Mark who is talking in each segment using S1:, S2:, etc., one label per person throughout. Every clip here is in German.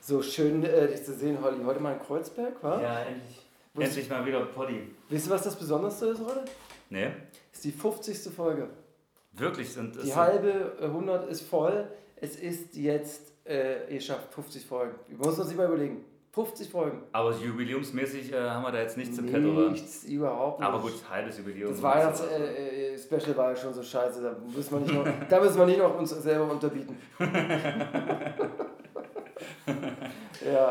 S1: So schön, äh, dich zu sehen, Holly. Heute mal in Kreuzberg, wa?
S2: Ja, endlich.
S1: Wo ist-
S2: Endlich mal wieder Poddy.
S1: Wisst ihr, was das Besonderste ist heute?
S2: Ne?
S1: Ist die 50. Folge.
S2: Wirklich sind
S1: Die halbe äh, 100 ist voll. Es ist jetzt, äh, ihr schafft 50 Folgen. Wir müssen uns nicht mal überlegen. 50 Folgen.
S2: Aber jubiläumsmäßig äh, haben wir da jetzt nichts im Pad, oder?
S1: Nichts, überhaupt nicht.
S2: Aber gut, halbes Jubiläum.
S1: Das Weihnachts-Special äh, äh, Special war ja schon so scheiße, da müssen wir nicht noch, da müssen wir nicht noch uns selber unterbieten. ja.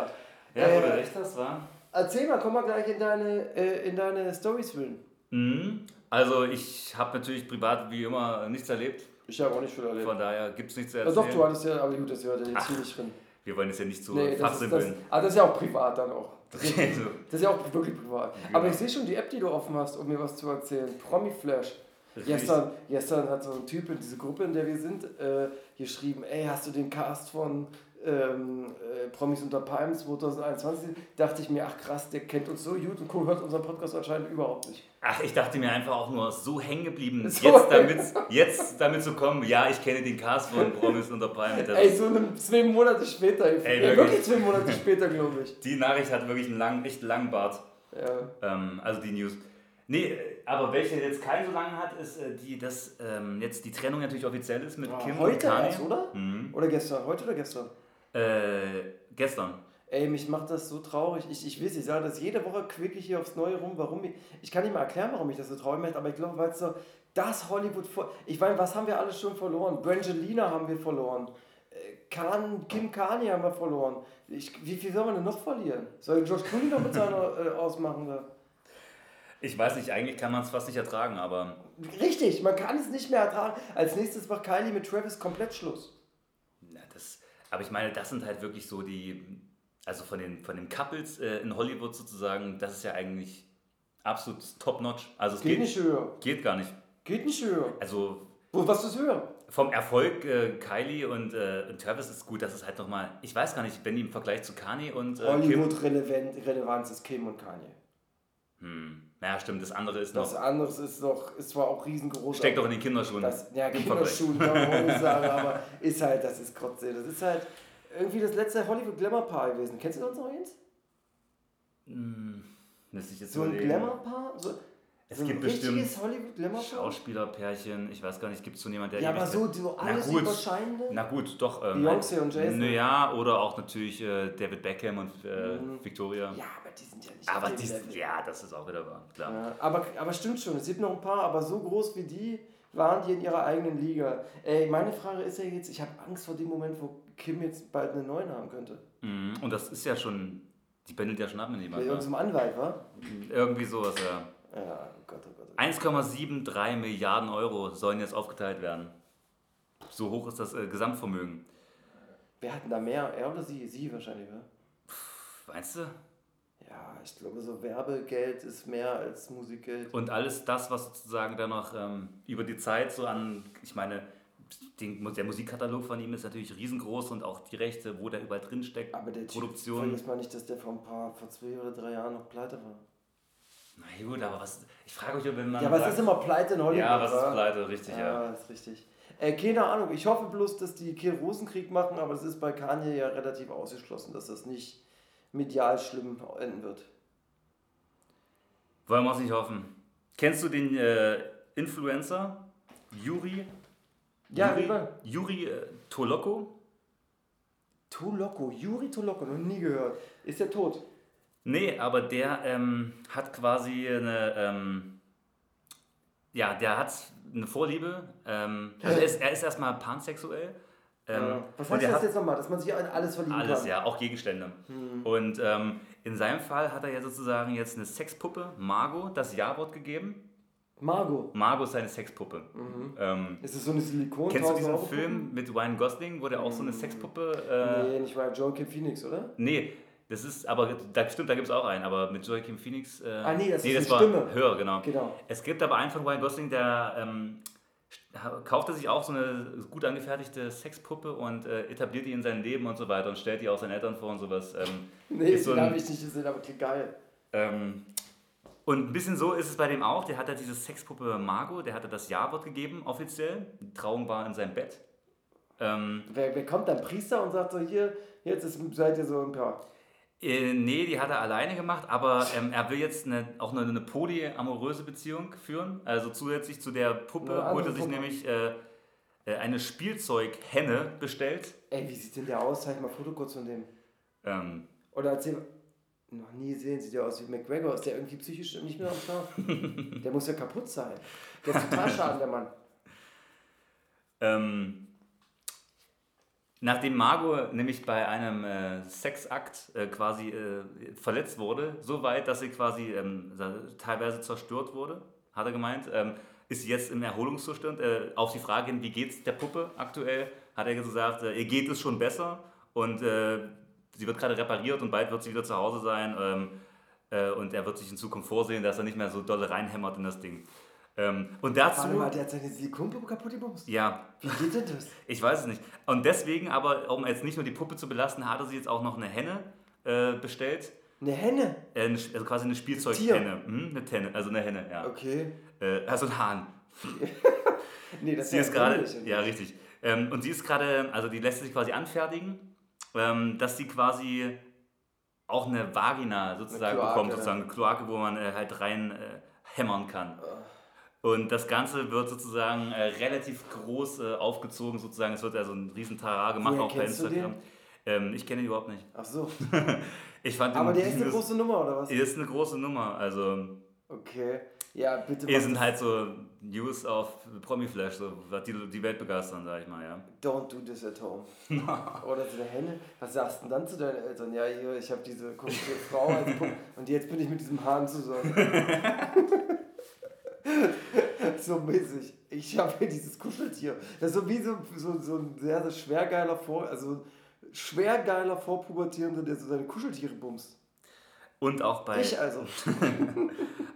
S2: Ja, wo du
S1: äh,
S2: recht hast, war?
S1: Erzähl mal, komm mal gleich in deine, äh, in deine Stories rein.
S2: Mhm. Also, ich habe natürlich privat wie immer nichts erlebt.
S1: Ich habe auch nicht viel erlebt.
S2: Von daher gibt es nichts zu
S1: Ja,
S2: erzählen.
S1: doch, du hattest ja, aber gut, das hört ja jetzt hier nicht drin.
S2: wir wollen jetzt ja nicht zu
S1: Nee, das ist, das,
S2: fachsimpeln.
S1: ah, das ist ja auch privat dann auch.
S2: Also,
S1: Das ist ja auch wirklich privat. Aber
S2: Genau.
S1: ich sehe schon die App, die du offen hast, um mir was zu erzählen. Promi Flash.
S2: das ist
S1: Gestern, gestern hat so ein Typ in diese Gruppe, in der wir sind, äh, geschrieben, ey, hast du den Cast von ähm, äh, Promis unter Palmen 2021? Dachte ich mir, ach krass, der kennt uns so gut und co- hört unseren Podcast anscheinend überhaupt nicht.
S2: Ach, ich dachte mir einfach auch nur, so hängen geblieben,
S1: So.
S2: jetzt, damit, jetzt damit zu kommen, ja, ich kenne den Cast von Promis unter Palmen. Das-
S1: Ey, so eine, zwei Monate später.
S2: Ey,
S1: ja, wirklich
S2: wirklich.
S1: zwei Monate später, glaube ich.
S2: Die Nachricht hat wirklich einen langen, echt langen Bart.
S1: Ja.
S2: Ähm, also die News. Nee, äh, aber welche jetzt keinen so lange hat, ist, äh, die, dass ähm, jetzt die Trennung natürlich offiziell ist mit
S1: Ah,
S2: Kim
S1: heute
S2: und Kanye.
S1: erst, oder?
S2: Mhm.
S1: Oder gestern, heute oder gestern?
S2: Äh, gestern.
S1: Ey, mich macht das so traurig. Ich, ich weiß, ich sage das jede Woche quick ich hier aufs Neue rum, warum ich, ich kann nicht mal erklären, warum mich das so traurig macht, aber ich glaube, weil es so das Hollywood vor. Ich meine, was haben wir alles schon verloren? Brangelina haben wir verloren. Äh, Kan, Kim Kanye haben wir verloren. Ich, wie viel soll man denn noch verlieren? Soll Josh Clooney noch mit seiner äh, ausmachen da?
S2: Ich weiß nicht, eigentlich kann man es fast nicht ertragen, aber
S1: Richtig, man kann es nicht mehr ertragen. Als nächstes macht Kylie mit Travis komplett Schluss.
S2: na, das. Aber ich meine, das sind halt wirklich so die, also von den, von den Couples äh, in Hollywood sozusagen, das ist ja eigentlich absolut top-notch. Also es
S1: Geht
S2: geht,
S1: nicht höher.
S2: geht gar nicht.
S1: Geht nicht höher.
S2: Also
S1: Wo, was ist höher?
S2: Vom Erfolg äh, Kylie und, äh, und Travis ist gut, dass es halt nochmal, ich weiß gar nicht, Benny im Vergleich zu Kanye und äh, Kim.
S1: Hollywood-Relevanz ist Kim und Kanye.
S2: Hm. Naja, stimmt, das andere ist
S1: Das
S2: noch,
S1: andere ist doch, ist zwar auch riesengroß.
S2: steckt doch in den Kinderschuhen.
S1: das, ja,
S2: Im
S1: Kinderschuhen, kann man auch nicht sagen, aber ist halt, das ist Kotze. Das ist halt irgendwie das letzte Hollywood Glamour Paar gewesen. Kennst du uns noch eins?
S2: Hm. Müsste ich jetzt
S1: So ein
S2: überlegen.
S1: Glamour Paar? So,
S2: Es
S1: so
S2: gibt
S1: ein richtiges
S2: bestimmt
S1: Hollywood Glamour Paar?
S2: Schauspielerpärchen, ich weiß gar nicht, gibt es so jemanden, der
S1: Ja,
S2: ewig
S1: aber so,
S2: mit-
S1: so
S2: Na
S1: alles
S2: gut.
S1: überscheinende.
S2: Na gut, doch. Ähm,
S1: Beyoncé und Jason.
S2: Naja, oder auch natürlich äh, David Beckham und äh,
S1: Mhm.
S2: Victoria.
S1: Ja, aber die sind ja nicht.
S2: aber
S1: auf dem
S2: die,
S1: Level.
S2: ja, das ist auch wieder wahr, klar.
S1: Ja, aber, aber stimmt schon, es gibt noch ein paar, aber so groß wie die waren die in ihrer eigenen Liga. Ey, meine Frage ist ja jetzt, ich habe Angst vor dem Moment, wo Kim jetzt bald einen neuen haben könnte.
S2: Mhm. Und das ist ja schon, die pendelt ja schon ab mit
S1: Bei
S2: jemandem.
S1: irgendeinem Anwalt, wa?
S2: ne? Irgendwie sowas, ja.
S1: Ja, oh Gott, oh Gott. Oh Gott.
S2: 1,73 Milliarden Euro sollen jetzt aufgeteilt werden. So hoch ist das äh, Gesamtvermögen.
S1: Wer hat denn da mehr? Er oder sie? Sie wahrscheinlich, wa?
S2: Meinst du?
S1: Ja, ich glaube, so Werbegeld ist mehr als Musikgeld.
S2: Und alles das, was sozusagen dann noch ähm, über die Zeit so an, ich meine, den, der Musikkatalog von ihm ist natürlich riesengroß und auch die Rechte, wo der überall drin steckt,
S1: Aber der
S2: Produktion.
S1: Typ, vergiss mal nicht, dass der vor ein paar, vor zwei oder drei Jahren noch pleite war.
S2: Na gut, aber was, ich frage euch, wenn man
S1: Ja, was
S2: sagt,
S1: ist immer pleite in Hollywood?
S2: ja, was
S1: wa?
S2: ist pleite, richtig, ja.
S1: Ja, ist richtig. Äh, keine Ahnung, ich hoffe bloß, dass die keinen Rosenkrieg machen, aber es ist bei Kanye ja relativ ausgeschlossen, dass das nicht medial schlimm enden wird.
S2: Wollen wir es nicht hoffen. Kennst du den äh, Influencer Yuri?
S1: Ja,
S2: Yuri,
S1: rüber.
S2: Yuri äh, Toloko?
S1: Toloko, Juri Toloko, noch nie gehört. Ist der tot?
S2: Nee, aber der ähm, hat quasi eine, ähm, ja, der hat eine Vorliebe. Ähm, also er ist, er ist erstmal pansexuell. Ähm,
S1: Äh, Was
S2: und
S1: heißt
S2: der
S1: das
S2: hat
S1: jetzt Hm. nochmal, dass man sich an alles verlieben
S2: Alles,
S1: kann?
S2: ja, auch Gegenstände. Und ähm, in seinem Fall hat er ja sozusagen jetzt eine Sexpuppe, Margot, das Ja-Wort gegeben.
S1: Margot,
S2: Margot ist seine Sexpuppe. Ähm,
S1: Mhm. ist das so eine silikon
S2: kennst du
S1: 1000
S2: diesen
S1: Euro
S2: Film mit Ryan Gosling, wo der auch so eine Sexpuppe... Äh,
S1: Nee, nicht mal Joan Kim Phoenix, oder?
S2: Nee, das ist, aber da, stimmt, da gibt es auch einen, aber mit Joaquin Phoenix. Äh,
S1: Ah, nee, das ist die Stimme.
S2: Höher, genau.
S1: Genau.
S2: Es gibt aber einen von Ryan Gosling, der ähm, ha- kaufte sich auch so eine gut angefertigte Sexpuppe und äh, etabliert die in sein Leben und so weiter und stellt die auch seinen Eltern vor und sowas. Ähm,
S1: Nee,
S2: Ist so
S1: den
S2: ein-
S1: habe ich nicht gesehen, aber klingt geil.
S2: ähm, und ein bisschen so ist es bei dem auch. Der hat ja diese Sexpuppe Margot, der hatte das Ja-Wort gegeben, offiziell. Traum war in seinem Bett. Ähm,
S1: Wer, wer kommt dann Priester und sagt so, hier, jetzt ist, seid ihr so ein paar.
S2: Äh, nee, die hat er alleine gemacht, aber ähm, er will jetzt eine, auch eine, eine polyamoröse Beziehung führen. Also zusätzlich zu der
S1: Eine
S2: Puppe
S1: andere
S2: wurde sich
S1: Puppe.
S2: nämlich äh, äh, eine Spielzeughenne bestellt.
S1: Ey, wie sieht denn der aus? Zeig mal ein Foto kurz von dem.
S2: Ähm,
S1: Oder erzähl. Noch nie gesehen, sieht ja aus wie McGregor. Ist der irgendwie psychisch nicht mehr am Start? der muss ja kaputt sein. Der ist total schaden, der Mann.
S2: ähm, nachdem Margot nämlich bei einem äh, Sexakt äh, quasi äh, verletzt wurde, so weit, dass sie quasi ähm, teilweise zerstört wurde, hat er gemeint, ähm, ist sie jetzt im Erholungszustand. Äh, auf die Frage hin, wie geht's der Puppe aktuell, hat er gesagt, äh, ihr geht es schon besser und äh, sie wird gerade repariert und bald wird sie wieder zu Hause sein. Ähm, äh, und er wird sich in Zukunft vorsehen, dass er nicht mehr so dolle reinhämmert in das Ding. Ähm, und dazu.
S1: Warte mal, der hat seine Silikonpuppe kaputt gebumst.
S2: Ja,
S1: Wie geht denn das?
S2: ich weiß es nicht. Und deswegen, aber um jetzt nicht nur die Puppe zu belasten, hatte sie jetzt auch noch eine Henne äh, bestellt.
S1: Eine Henne.
S2: Äh, eine, Sch- also quasi eine Spielzeughenne. Mhm, eine Tenne, also eine Henne, ja.
S1: Okay.
S2: Äh, also ein Hahn.
S1: Nee, das
S2: Sie
S1: ja
S2: ist gerade.
S1: männlich.
S2: Ja, richtig. Ähm, und sie ist gerade, also die lässt sich quasi anfertigen, ähm, dass sie quasi auch eine Vagina sozusagen
S1: Eine Kloake,
S2: bekommt,
S1: ne?
S2: sozusagen eine Kloake, wo man äh, halt rein äh, hämmern kann. Und das Ganze wird sozusagen äh, relativ groß äh, aufgezogen, sozusagen. Es wird also ein riesen Tara gemacht,
S1: Woher
S2: auch bei
S1: kennst du den?
S2: Instagram. Ähm, ich kenne ihn überhaupt nicht.
S1: Ach so.
S2: Ich fand
S1: Aber
S2: ihn-
S1: der ist eine
S2: das-
S1: große Nummer, oder was?
S2: er ist eine große Nummer. Also,
S1: Okay. Ja, bitte.
S2: wir
S1: mach
S2: sind
S1: das.
S2: halt so News auf Promiflash, so, was die, die Welt begeistern, sag ich mal, ja.
S1: Don't do this at home. Oder zu der Henne. Was sagst du denn dann zu deinen Eltern? Ja, hier, ich habe diese komische Frau als Puppe und jetzt bin ich mit diesem Hahn zusammen. so mäßig. Ich habe hier dieses Kuscheltier. Das ist so wie so, so, so ein sehr, sehr schwergeiler Vor... Also schwergeiler Vorpubertierender, der so seine Kuscheltiere bumst.
S2: Und auch bei.
S1: Ich also.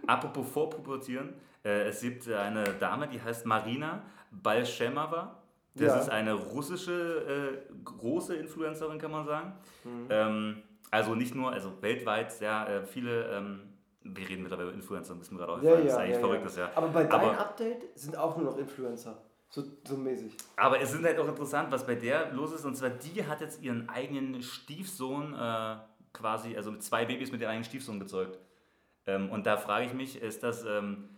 S2: Apropos vorpubertieren, äh, es gibt eine Dame, die heißt Marina Balschemava. Das
S1: Ja.
S2: ist eine russische äh, große Influencerin, kann man sagen.
S1: Mhm.
S2: Ähm, also nicht nur, also weltweit sehr äh, viele, ähm, wir reden mittlerweile über Influencer, das ist mir gerade
S1: Ja,
S2: aufgefallen, das ist
S1: ja,
S2: eigentlich
S1: ja,
S2: verrückt,
S1: ja.
S2: das ja.
S1: Aber bei deinem
S2: Aber-
S1: Update sind auch nur noch Influencer. So, so mäßig.
S2: Aber es sind halt auch interessant, was bei der los ist. Und zwar, die hat jetzt ihren eigenen Stiefsohn äh, quasi, also mit zwei Babys mit ihrem eigenen Stiefsohn gezeugt. Ähm, und da frage ich mich, ist das... Ähm,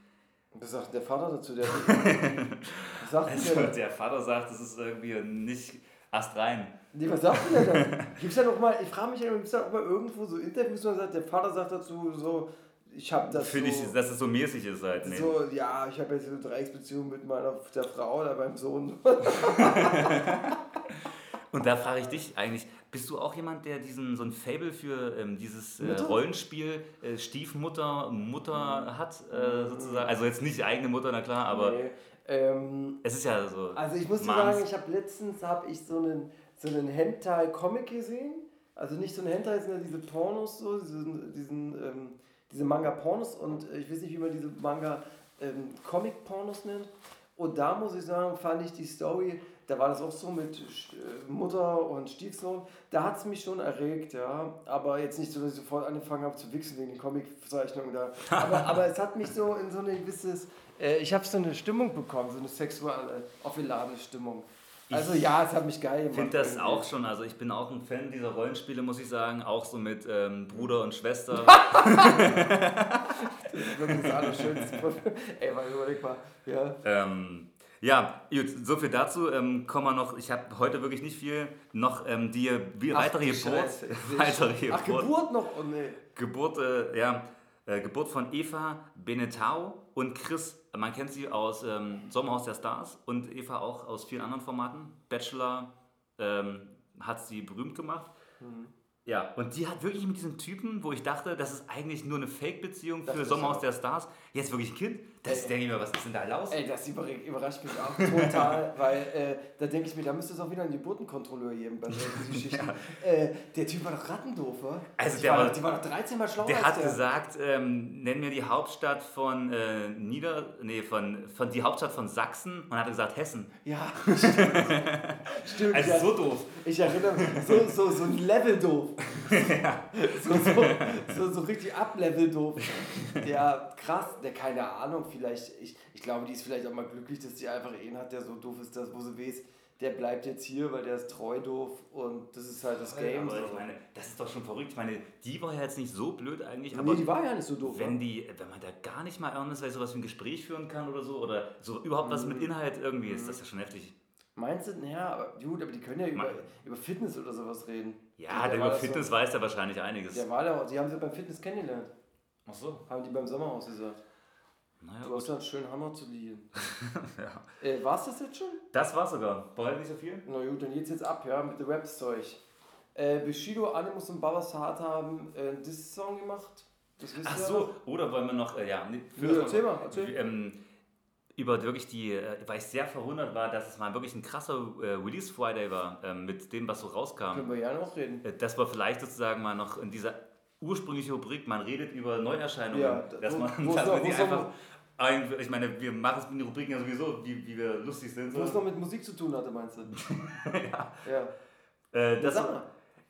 S1: Was sagt der Vater dazu? Der was sagt denn
S2: Also
S1: der?
S2: der Vater sagt, es ist irgendwie nicht astrein.
S1: Nee, was sagt denn der da? Gibt's da noch mal, ich frage mich ja, gibt's da auch mal irgendwo so Interviews, wo man sagt, der Vater sagt dazu so, ich habe das
S2: Finde
S1: so,
S2: ich, dass es so mäßig ist halt. Nee.
S1: so, ja, ich habe jetzt eine Dreiecksbeziehung mit meiner der Frau oder meinem Sohn.
S2: Und da frage ich dich eigentlich, bist du auch jemand, der diesen so ein Fable für ähm, dieses äh,
S1: Mutter? Mhm.
S2: Rollenspiel äh, Stiefmutter, Mutter hat äh, sozusagen? Also jetzt nicht eigene Mutter, na klar, aber
S1: nee. ähm,
S2: es ist ja so.
S1: also ich muss dir
S2: Moms.
S1: sagen, ich habe letztens hab ich so einen so einen Hentai Comic gesehen. Also nicht so ein Hentai, sondern diese Pornos so, diesen, diesen ähm, diese Manga Pornos und äh, ich weiß nicht, wie man diese Manga ähm, Comic Pornos nennt. Und da muss ich sagen, fand ich die Story, da war das auch so mit Sch- äh, Mutter und Stiefsohn, da hat es mich schon erregt, ja. Aber jetzt nicht so, dass ich sofort angefangen habe zu wichsen wegen den Comiczeichnungen da. Aber, aber es hat mich so in so ein gewisses, äh, ich habe so eine Stimmung bekommen, so eine sexuelle, aufgeladene Stimmung. Also ja, es hat mich geil gemacht.
S2: Ich finde das
S1: irgendwie.
S2: auch schon, also ich bin auch ein Fan dieser Rollenspiele, muss ich sagen, auch so mit ähm, Bruder und Schwester.
S1: Das ist das Allerschönste. Ey, mal überleg mal. Ja.
S2: Ähm, ja, gut, so viel dazu. Ähm, kommen wir noch, ich habe heute wirklich nicht viel, noch ähm, die wie,
S1: Ach,
S2: weitere
S1: die
S2: Geburt.
S1: Scheiße, ich seh
S2: Weitere
S1: schon. Ach,
S2: Geburt.
S1: Geburt noch? Oh nee.
S2: Geburt, äh, ja, äh, Geburt von Eva Benetau und Chris. Man kennt sie aus ähm, Sommerhaus der Stars und Eva auch aus vielen anderen Formaten. Bachelor ähm, hat sie berühmt gemacht.
S1: Mhm.
S2: Ja, und die hat wirklich mit diesem Typen, wo ich dachte, das ist eigentlich nur eine Fake-Beziehung
S1: Das
S2: für
S1: ist Äh,
S2: Sommerhaus
S1: auch-
S2: der Stars, jetzt wirklich ein Kind. Das
S1: Ey.
S2: denke ich mir, was ist denn da los?
S1: Ey, das überr- überrascht mich auch total, weil äh, da denke ich mir, da müsste es auch wieder einen Geburtenkontrolleur geben bei solchen Geschichten. Äh, der Typ war doch rattendoof, oder?
S2: Also
S1: die
S2: der
S1: war,
S2: war-
S1: doch- die war doch 13 Mal schlauer
S2: Der
S1: als
S2: hat
S1: der.
S2: gesagt, ähm, nenn mir die Hauptstadt von äh, Nieder, nee, von, von die Hauptstadt von Sachsen und hat gesagt Hessen.
S1: Ja, stimmt. stimmt
S2: Also
S1: ja.
S2: so doof.
S1: Ich erinnere mich, so, so, so ein Level doof. so, so, so, so richtig ablevel doof. Ja, krass, der keine Ahnung, vielleicht, ich, ich glaube, die ist vielleicht auch mal glücklich, dass sie einfach einen hat, der so doof ist, dass, wo sie weiß, der bleibt jetzt hier, weil der ist treu doof und das ist halt das Game.
S2: aber ich
S1: so.
S2: meine, das ist doch schon verrückt. Ich meine, die war ja jetzt nicht so blöd eigentlich, aber
S1: nee, die war ja nicht so doof.
S2: wenn
S1: ne?
S2: die, wenn man da gar nicht mal ernsthaft sowas wie ein Gespräch führen kann oder so oder so überhaupt was
S1: Mhm.
S2: mit Inhalt irgendwie ist, das ist ja schon heftig.
S1: Meinst du, naja, aber gut, aber die können ja über,
S2: Mann.
S1: über Fitness oder sowas reden.
S2: Ja, der
S1: war
S2: über
S1: das
S2: Fitness weiß ja wahrscheinlich einiges.
S1: So, der war da, die haben sie beim Fitness kennengelernt.
S2: Ach so.
S1: Haben die beim Sommerhaus gesagt.
S2: Naja,
S1: Du hast
S2: gut.
S1: ja einen schönen Hammer zu liegen.
S2: Ja.
S1: Äh, war es das jetzt schon?
S2: Das war's sogar. Braucht nicht so viel?
S1: Na gut, dann geht's jetzt ab, ja, mit dem Raps-Zeug. Äh, Bushido, Animus und Babas Hart haben äh, einen Diss-Song gemacht. Das wisst
S2: Ach
S1: ihr ja
S2: so, oder wollen wir noch, äh, ja, nee,
S1: Nö,
S2: das
S1: erzähl
S2: noch-
S1: mal, erzähl.
S2: Ähm, über wirklich die, äh, weil ich sehr verwundert war, dass es mal wirklich ein krasser äh, Release Friday war, ähm, mit dem, was so
S1: noch.
S2: rauskam.
S1: Können wir ja noch reden.
S2: Äh, Dass wir vielleicht sozusagen mal noch in dieser ursprünglichen Rubrik, man redet über Neuerscheinungen,
S1: Ja,
S2: dass
S1: wo-
S2: man,
S1: wo ist
S2: dass
S1: noch-
S2: man
S1: wo
S2: die
S1: ist noch-
S2: einfach, ein, ich meine, wir machen es mit den Rubriken ja sowieso, wie, wie wir lustig sind.
S1: Wo es
S2: So.
S1: noch mit Musik zu tun hatte, meinst du?
S2: ja.
S1: Ja.
S2: äh,
S1: Das
S2: das,
S1: Sag mal,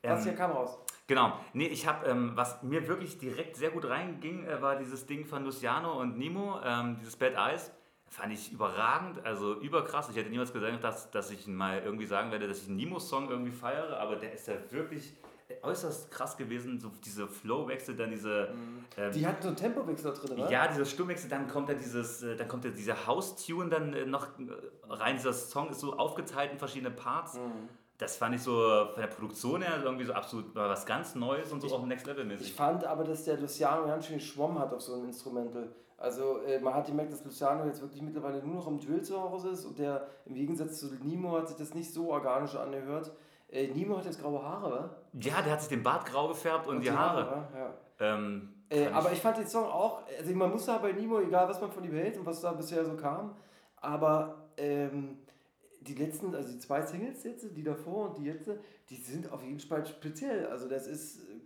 S1: was hier
S2: ähm,
S1: kam raus?
S2: genau, nee, ich habe, ähm, was mir wirklich direkt sehr gut reinging, äh, war dieses Ding von Luciano und Nemo, ähm, dieses Bad Eyes. Fand ich überragend, also überkrass. Ich hätte niemals gesagt, dass, dass ich mal irgendwie sagen werde, dass ich einen Nemo-Song irgendwie feiere, aber der ist ja wirklich äh, äußerst krass gewesen. So diese Flow-Wechsel, dann diese. ähm,
S1: Die hatten so einen Tempowechsel da drin, ne?
S2: ja, dieser Stimmwechsel, dann kommt ja dieses, äh, dann kommt ja dieser House-Tune dann äh, noch äh, rein. Dieser Song ist so aufgeteilt in verschiedene Parts.
S1: Mhm.
S2: Das fand ich so von der Produktion her irgendwie so absolut mal was ganz Neues und so auch Next Level
S1: Ich
S2: mäßig.
S1: fand aber, dass der Luciano ganz schön Schwamm hat auf so einem Instrumental. Also äh, man hat gemerkt, dass Luciano jetzt wirklich mittlerweile nur noch am Drill zu Hause ist und der im Gegensatz zu Nimo hat sich das nicht so organisch angehört. Äh, Nimo hat jetzt graue Haare, wa?
S2: Ja, der hat sich den Bart grau gefärbt und, die, Haare.
S1: wa? ja.
S2: Ähm,
S1: Äh,
S2: fand
S1: aber ich fand den Song auch, also man muss da bei Nimo, egal was man von ihm hält und was da bisher so kam, aber ähm, die letzten, also die zwei Singles jetzt, die davor und die jetzt, die sind auf jeden Fall speziell. Also das ist, äh,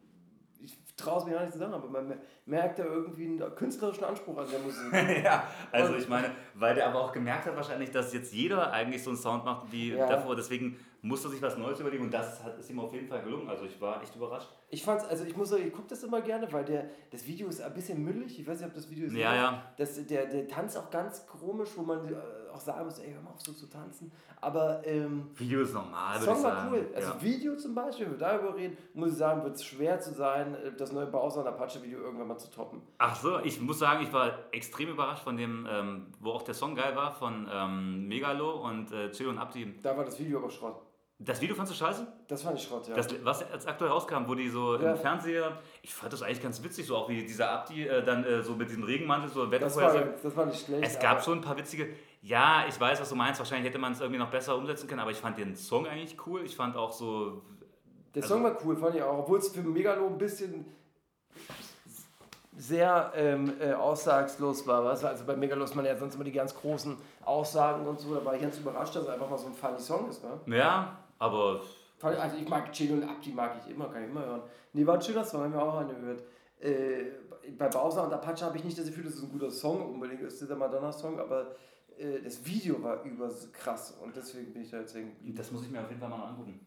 S1: ich traue es mir gar nicht zu sagen, aber man mer- merkt da irgendwie einen künstlerischen Anspruch an der Musik.
S2: ja, also
S1: Und-
S2: ich meine, weil der aber auch gemerkt hat wahrscheinlich, dass jetzt jeder eigentlich so einen Sound macht wie
S1: Ja.
S2: davor. Deswegen musste er sich was Neues überlegen und das hat, ist ihm auf jeden Fall gelungen. Also ich war echt überrascht.
S1: Ich fand's, also ich muss sagen, ich gucke das immer gerne, weil der, das Video ist ein bisschen müllig. Ich weiß nicht, ob das Video ist.
S2: Ja, ja.
S1: Das, der, der Tanz auch ganz komisch, wo man äh, auch sagen muss, ey, hör mal auf so zu tanzen. Aber, ähm,
S2: Video ist normal, würde ich
S1: Song war
S2: sagen.
S1: cool. Also
S2: ja.
S1: Video zum Beispiel, wenn wir darüber reden, muss ich sagen, wird es schwer zu sein, das neue Bowser und Apache Video irgendwann mal zu toppen.
S2: Ach so, ich muss sagen, ich war extrem überrascht von dem, ähm, wo auch der Song geil war, von ähm, Megalo und äh, Chill und Abdi.
S1: Da war das Video aber Schrott.
S2: Das Video fandst du scheiße?
S1: Das fand ich Schrott, ja.
S2: Das, was als aktuell rauskam, wo die so
S1: Ja.
S2: im Fernseher, ich fand das eigentlich ganz witzig, so auch wie dieser Abdi äh, dann äh, so mit diesem Regenmantel so
S1: das, war,
S2: Wettervorhersage.
S1: das war nicht schlecht.
S2: also Es gab
S1: aber-
S2: schon ein paar witzige, ja, ich weiß, was du meinst, wahrscheinlich hätte man es irgendwie noch besser umsetzen können, aber ich fand den Song eigentlich cool. Ich fand auch so,
S1: Der
S2: also-
S1: Song war cool, fand ich auch. Obwohl es für Megalo ein bisschen sehr ähm, äh, aussagslos war. Was? Also bei Megalo ist man ja sonst immer die ganz großen Aussagen und so. Da war ich ganz überrascht, dass es einfach mal so ein funny Song ist. Ne?
S2: ja, aber
S1: Voll, Also ich mag Chill und Abdi mag ich immer, kann ich immer hören. Nee, war ein schöner Song, haben wir auch angehört. Äh, bei Bowser und Apache habe ich nicht das Gefühl, dass es ein guter Song unbedingt ist, dieser Madonna-Song, aber äh, das Video war über krass und deswegen bin ich da jetzt hängen geblieben.
S2: das muss ich mir auf jeden Fall mal noch angucken.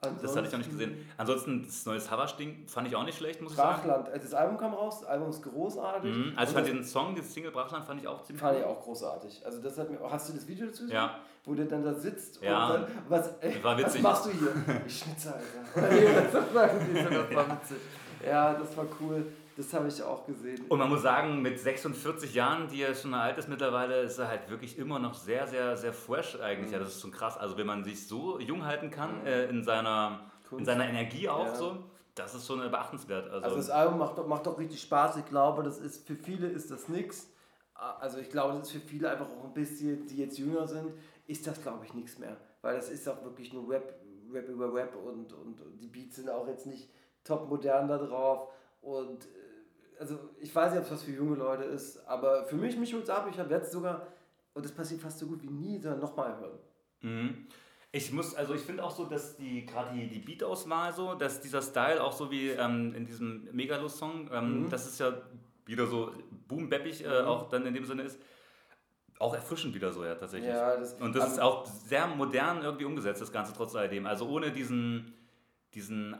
S2: Das
S1: Ansonsten
S2: hatte ich noch nicht gesehen. Ansonsten, das neue Savage-Ding fand ich auch nicht schlecht, muss ich sagen.
S1: Brachland, also das Album kam raus, das Album ist großartig.
S2: Mhm, Also ich
S1: Und
S2: fand den Song, den Single Brachland, fand ich auch
S1: das
S2: ziemlich
S1: fand ich auch großartig. Also das hat mir, hast du das Video dazu gesehen?
S2: Ja.
S1: Wo der dann da sitzt
S2: Ja.
S1: und dann, was, ey,
S2: war
S1: was
S2: witzig.
S1: machst du hier? Ich schnitze, Alter. Oder nee, das war das war witzig. Ja, das war cool. Das habe ich auch gesehen.
S2: Und man muss sagen, mit 46 Jahren, die er schon alt ist mittlerweile, ist er halt wirklich immer noch sehr, sehr, sehr fresh eigentlich.
S1: Mhm.
S2: Ja, das ist schon krass. Also wenn man sich so jung halten kann, äh, in, seiner, in
S1: Kunst.
S2: seiner Energie auch
S1: Ja.
S2: so, das ist schon äh, beachtenswert. Also,
S1: Also das Album macht doch, macht doch richtig Spaß. Ich glaube, das ist für viele ist das nix. Also ich glaube, das ist für viele einfach auch ein bisschen, die jetzt jünger sind, ist das glaube ich nichts mehr, weil das ist auch wirklich nur Rap, Rap über Rap und, und, und die Beats sind auch jetzt nicht top modern da drauf und äh, also ich weiß nicht, ob es was für junge Leute ist, aber für mich mich holt's ab. Ich habe jetzt sogar und das passiert fast so gut wie nie, sondern nochmal hören.
S2: Mhm. Ich muss, also ich finde auch so, dass die gerade die, die Beat-Auswahl so, dass dieser Style auch so wie ähm, in diesem Megalo-Song, ähm,
S1: Mhm.
S2: das ist ja wieder so boom-beppig äh,
S1: Mhm.
S2: auch dann in dem Sinne ist, auch erfrischend wieder so, ja, tatsächlich.
S1: Ja, das-
S2: Und das ist
S1: aber-
S2: auch sehr modern irgendwie umgesetzt, das Ganze trotz alledem. Also ohne diesen, diesen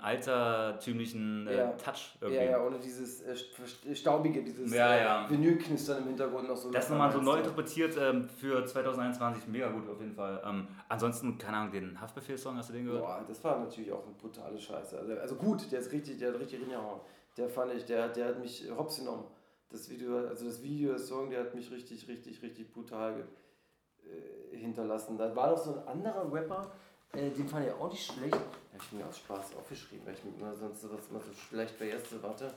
S2: altertümlichen äh,
S1: Ja.
S2: Touch
S1: Ja,
S2: irgendwie.
S1: ja, ohne dieses äh, st- staubige, dieses
S2: Ja,
S1: äh,
S2: ja.
S1: Vinylknistern im Hintergrund noch so.
S2: Das nochmal so neu
S1: damals, äh,
S2: interpretiert ähm, für 2021, mega gut auf jeden Fall. Ähm, ansonsten, keine Ahnung, den Haftbefehl-Song, hast du den gehört?
S1: Boah, das war natürlich auch eine brutale Scheiße. Also, also gut, der ist richtig, der hat richtig reingehauen. Der fand ich, der, der hat mich hops genommen. Das Video, also das Video, der Song, der hat mich richtig, richtig, richtig brutal ge- äh, hinterlassen. Da war noch so ein anderer Rapper, äh, den fand ich auch nicht schlecht. Da habe ich mir aus Spaß aufgeschrieben, weil ich mir immer sonst sowas immer so schlecht vergesse. Warte,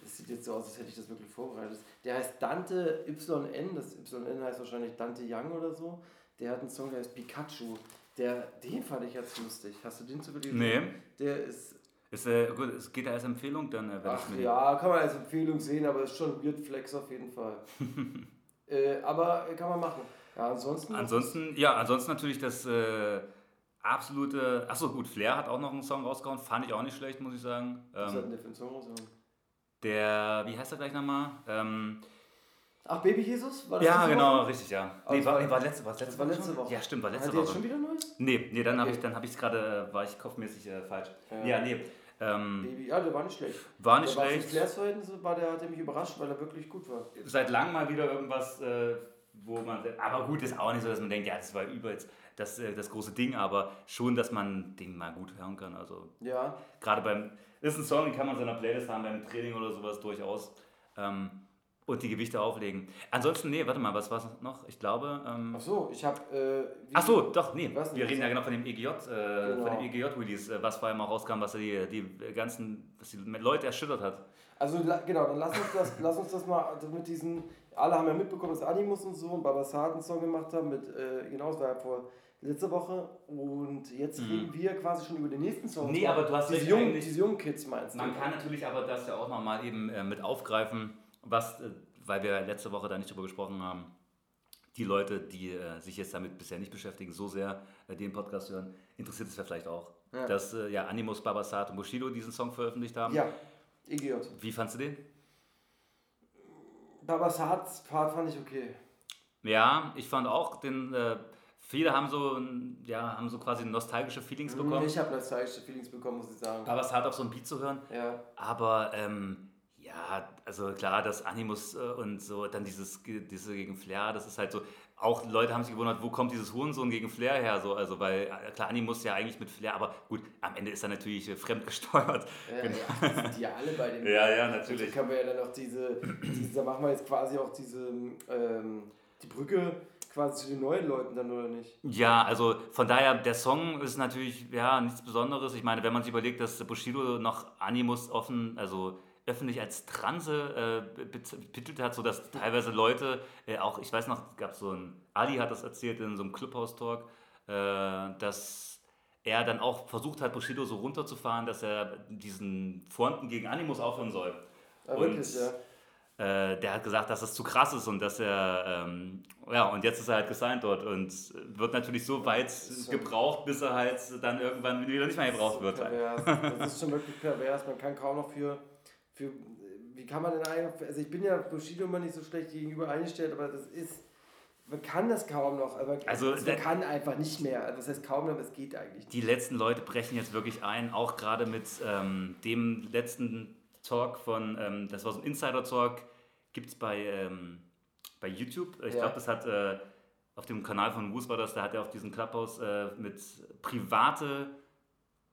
S1: das sieht jetzt so aus, als hätte ich das wirklich vorbereitet. Der heißt Dante YN, das YN heißt wahrscheinlich Dante Young oder so. Der hat einen Song, der heißt Pikachu. Der, den fand ich jetzt lustig. Hast du den zu Beginn
S2: Nee.
S1: Der ist,
S2: Ist, äh, gut, es geht da als Empfehlung, dann äh, werde ich
S1: ach
S2: mir
S1: ja, kann man als Empfehlung sehen, aber ist schon ein Weird Flex auf jeden Fall. äh, aber kann man machen. Ja, ansonsten,
S2: Ansonsten, ja, ansonsten natürlich das äh, absolute. Achso, gut, Flair hat auch noch einen Song rausgehauen, fand ich auch nicht schlecht, muss ich sagen.
S1: was hat
S2: Ähm,
S1: denn der für einen Song rausgehauen?
S2: der, wie heißt er gleich nochmal? Ähm,
S1: Ach, Baby Jesus? War
S2: ja,
S1: diese
S2: genau, richtig, ja.
S1: Aber
S2: Nee,
S1: Oh, das
S2: war,
S1: war-
S2: nee, war letzte, war letzte,
S1: war
S2: Woche
S1: letzte
S2: schon?
S1: Woche.
S2: Ja, stimmt, war
S1: Woche?
S2: letzte
S1: Hat der jetzt
S2: Woche.
S1: schon wieder Neues?
S2: Nee, nee, dann habe
S1: Okay.
S2: ich, dann hab ich's gerade, äh, war ich kopfmäßig äh, falsch.
S1: Ja.
S2: Ja, nee. Ähm,
S1: Baby, ja, der war nicht schlecht.
S2: war nicht
S1: der war
S2: schlecht.
S1: für Flairs Verhältnisse war der, hat er mich überrascht, weil er wirklich gut war.
S2: seit langem mal wieder irgendwas, äh, wo man. Aber gut, ist auch nicht so, dass man denkt, ja, das war übelst das, äh, das große Ding, aber schon, dass man den mal gut hören kann. Also
S1: Ja,
S2: gerade beim. Ist ein Song, den kann man in seiner Playlist haben, beim Training oder sowas durchaus. Ähm, und die Gewichte auflegen. Ansonsten, nee, warte mal, was war noch? Ich glaube. Ähm,
S1: ach so, ich hab. Äh, wie-
S2: ach so, doch, nee.
S1: Was denn
S2: Wir reden
S1: jetzt?
S2: ja genau von dem EGJ, äh, von
S1: Genau.
S2: dem EGJ-Release, äh, was vor allem auch rauskam, was die, die ganzen, was die Leute erschüttert hat.
S1: Also la- genau, dann lass uns das, lass uns das mal mit diesen, alle haben ja mitbekommen, dass Animus und so und Babassat einen Song gemacht haben mit, äh, genau, das war ja vor letzter Woche und jetzt reden wir quasi schon über den nächsten Song.
S2: Mhm. Nee, aber du hast
S1: diese
S2: recht,
S1: jungen,
S2: eigentlich-
S1: diese jungen Kids meinst du?
S2: Man kann natürlich aber das ja auch nochmal eben äh, mit aufgreifen, was, äh, weil wir letzte Woche da nicht drüber gesprochen haben, die Leute, die äh, sich jetzt damit bisher nicht beschäftigen, so sehr äh, den Podcast hören, interessiert es ja vielleicht auch,
S1: Ja.
S2: dass äh, ja Animus, Babasat und Bushido diesen Song veröffentlicht haben.
S1: Ja, EGJ.
S2: Wie fandst du den?
S1: Babassats Part fand ich okay.
S2: Ja, ich fand auch den, äh, viele haben so, ein- ja, haben so quasi nostalgische Feelings bekommen.
S1: Mhm. Ich habe nostalgische Feelings bekommen, muss ich sagen.
S2: Babasat auf so ein Beat zu hören,
S1: Ja.
S2: Aber ähm, ja, also klar, das Animus äh, und so, dann dieses Ge- diese gegen Flair, das ist halt so, auch Leute haben sich gewundert, wo kommt dieses Hurensohn gegen Flair her? So, also weil, äh, klar, Animus ja eigentlich mit Flair, aber gut, am Ende ist er natürlich äh, fremdgesteuert.
S1: Äh, ja, die sind ja alle bei dem.
S2: Genau. Ja, ja,
S1: Natürlich.
S2: natürlich.
S1: Da haben wir ja dann auch diese, diese, da machen wir jetzt quasi auch diese, ähm, die Brücke quasi zu den neuen Leuten dann, oder nicht?
S2: Ja, also von daher, der Song ist natürlich ja nichts Besonderes. Ich meine, wenn man sich überlegt, dass Bushido noch Animus offen, also öffentlich als Transe äh, bet- betitelt hat, sodass teilweise Leute, äh, auch ich weiß noch, gab so ein, Ali hat das erzählt in so einem Clubhouse-Talk, äh, dass er dann auch versucht hat, Bushido so runterzufahren, dass er diesen Fronten gegen Animus aufhören soll.
S1: Ah,
S2: Und-
S1: wirklich, ja.
S2: Äh, der hat gesagt, dass das zu krass ist und dass er, ähm, ja, und jetzt ist er halt gesigned dort und wird natürlich so weit
S1: ist so-
S2: gebraucht, bis er halt dann irgendwann wieder nicht mehr gebraucht wird. halt.
S1: Pervers. Das ist schon wirklich pervers. Man kann kaum noch für. für wie kann man denn eigentlich. Also, ich bin ja Bushido immer nicht so schlecht gegenüber eingestellt, aber das ist. Man kann das kaum noch. Also, man-
S2: Also,
S1: man
S2: der-
S1: kann einfach nicht mehr. Also, das heißt kaum noch, aber es geht eigentlich nicht.
S2: Die letzten Leute brechen jetzt wirklich ein, auch gerade mit ähm, dem letzten Talk von, ähm, das war so ein Insider-Talk, gibt es bei, ähm, bei YouTube. Ich
S1: Ja.
S2: glaube, das hat äh, auf dem Kanal von Woos war das, da hat er auf diesem Clubhouse äh, mit private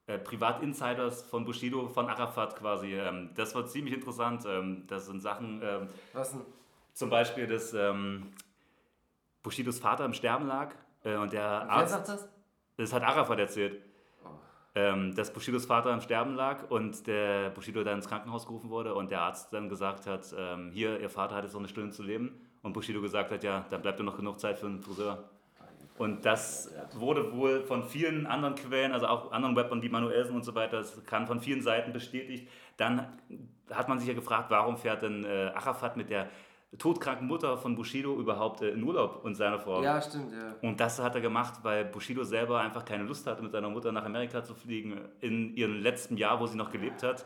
S2: äh, Privat-Insiders von Bushido, von Arafat quasi. Ähm, das war ziemlich interessant. Ähm, das sind Sachen, ähm,
S1: Was denn?
S2: zum Beispiel, dass ähm, Bushidos Vater im Sterben lag äh, und der
S1: Wer
S2: Arzt.
S1: sagt das? Oh,
S2: Das hat Arafat erzählt. Ähm, dass Bushidos Vater am Sterben lag und der Bushido dann ins Krankenhaus gerufen wurde und der Arzt dann gesagt hat, ähm, hier, ihr Vater hat jetzt noch eine Stunde zu leben und Bushido gesagt hat, ja, dann bleibt ja noch genug Zeit für einen Friseur. Und das wurde wohl von vielen anderen Quellen, also auch anderen Rappern wie Manuelsen und so weiter, das kann von vielen Seiten bestätigt. Dann hat man sich ja gefragt, warum fährt denn äh, Arafat mit der todkranken Mutter von Bushido überhaupt äh, in Urlaub und seiner Frau?
S1: Ja, stimmt, ja.
S2: Und das hat er gemacht, weil Bushido selber einfach keine Lust hatte, mit seiner Mutter nach Amerika zu fliegen, in ihrem letzten Jahr, wo sie noch gelebt hat.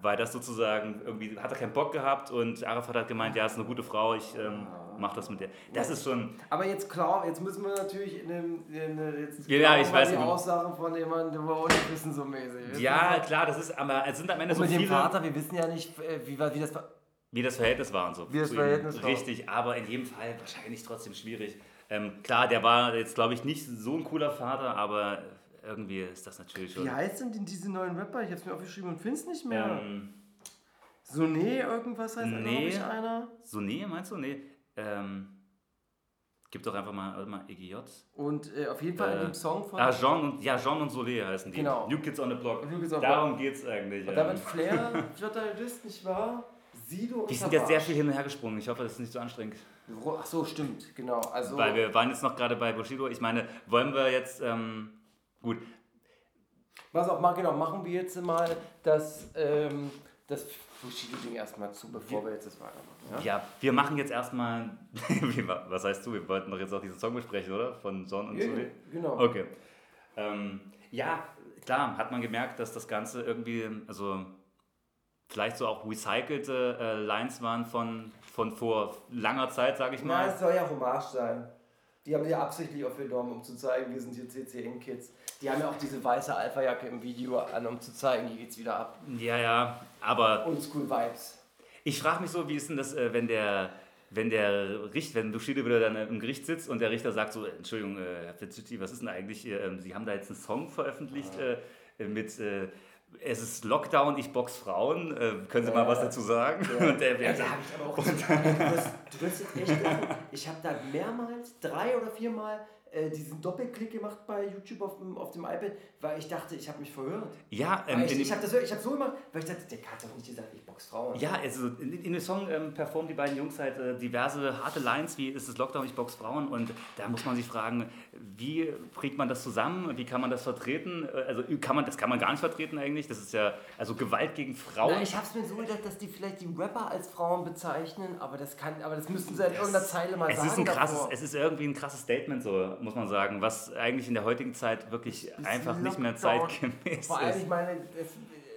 S2: weil das sozusagen irgendwie hat er keinen Bock gehabt und Arafat hat gemeint, ja, ist eine gute Frau, ich ähm, mach das mit der. Das ist schon.
S1: Aber jetzt klar, jetzt müssen wir natürlich in dem, in, dem- jetzt
S2: Ja,
S1: glauben
S2: ich
S1: wir
S2: weiß
S1: die
S2: nicht.
S1: Aussagen von jemandem, wo wir ohne wissen so mäßig.
S2: Ja, klar, das ist, aber es sind am Ende
S1: Und
S2: so
S1: mit dem
S2: viele,
S1: Vater, wir wissen ja nicht, äh, wie, war- wie das war.
S2: wie das Verhältnis war und so.
S1: Wie das
S2: zu ihm.
S1: Verhältnis war.
S2: Richtig, aber in jedem Fall wahrscheinlich trotzdem schwierig. Ähm, klar, der war jetzt, glaube ich, nicht so ein cooler Vater, aber irgendwie ist das natürlich schon.
S1: Wie heißt denn diese neuen Rapper? Ich hab's mir aufgeschrieben und find's nicht mehr.
S2: Ähm,
S1: Soné, irgendwas heißt
S2: Nee.
S1: nee. ich einer.
S2: so, nee, meinst du? Nee. Ähm, gib doch einfach mal, warte mal EGJ.
S1: Und äh, auf jeden Fall in
S2: Äh,
S1: dem Song von.
S2: Ah, Jean und, ja, Jean und Soleil heißen die.
S1: Genau.
S2: New Kids on the Block.
S1: New Kids on the
S2: Darum geht's eigentlich. ähm.
S1: und da wird Flair, flotter Jurist, nicht wahr? Sido und
S2: Wir sind jetzt
S1: Savage.
S2: sehr viel hin und her gesprungen. Ich hoffe, das ist nicht so anstrengend.
S1: Ro- Ach so, stimmt, genau. Also,
S2: Weil wir waren jetzt noch gerade bei Bushido. Ich meine, wollen wir jetzt. Ähm, gut,
S1: was auch mal, genau, machen wir jetzt mal das, ähm, das Bushido-Ding erstmal zu, bevor wir jetzt das weitermachen. Ja?
S2: ja, wir machen jetzt erstmal. wie war- Was heißt du? Wir wollten doch jetzt auch diesen Song besprechen, oder? Von John und
S1: Ja,
S2: Soleil.
S1: genau.
S2: Okay. Ähm, ja, klar, hat man gemerkt, dass das Ganze irgendwie. Also, vielleicht so auch recycelte äh, Lines waren von, von vor langer Zeit, sage ich mal.
S1: Nein, es soll ja Hommage sein. Die haben die ja absichtlich aufgenommen, um zu zeigen, wir sind hier CCN-Kids. Die haben ja auch diese weiße Alpha-Jacke im Video an, um zu zeigen, hier geht's wieder ab.
S2: Ja, ja, aber
S1: Oldschool-Vibes.
S2: Ich frage mich so, wie ist denn das, äh, wenn der, wenn der Richter, wenn Bushido wieder dann äh, im Gericht sitzt und der Richter sagt so, äh, Entschuldigung, äh, Herr Fitzuti, was ist denn eigentlich, äh, ähm, Sie haben da jetzt einen Song veröffentlicht
S1: Ah.
S2: äh, mit, äh, es ist Lockdown, ich box Frauen, äh, können Sie mal was dazu sagen? Und der, der
S1: Ey, da hab ich aber auch. Du wirst, du wirst jetzt echt lachen. Ich habe da mehrmals, drei oder viermal äh, diesen Doppelklick gemacht bei YouTube auf dem, auf dem iPad, weil ich dachte, ich habe mich verhört.
S2: ja, ähm,
S1: Weil ich
S2: in
S1: ich
S2: dem,
S1: habe das ich hab so gemacht, weil ich dachte, der hat doch nicht gesagt, ich box Frauen.
S2: ja, also in, in dem Song ähm, performen die beiden Jungs halt äh, diverse harte Lines wie es ist Lockdown, ich box Frauen und da muss man sich fragen, wie kriegt man das zusammen, wie kann man das vertreten? Äh, Also kann man, das kann man gar nicht vertreten eigentlich, das ist ja, also Gewalt gegen Frauen.
S1: Na, ich habe es mir so gedacht, dass die vielleicht die Rapper als Frauen bezeichnen, aber das kann, aber das müssten sie in irgendeiner Zeile mal
S2: Es
S1: sagen.
S2: ist, ein krasses,
S1: davor.
S2: es ist irgendwie ein krasses Statement, so muss man sagen, was eigentlich in der heutigen Zeit wirklich einfach nicht mehr
S1: Lockdown.
S2: zeitgemäß
S1: Vor allem,
S2: ist.
S1: ich meine,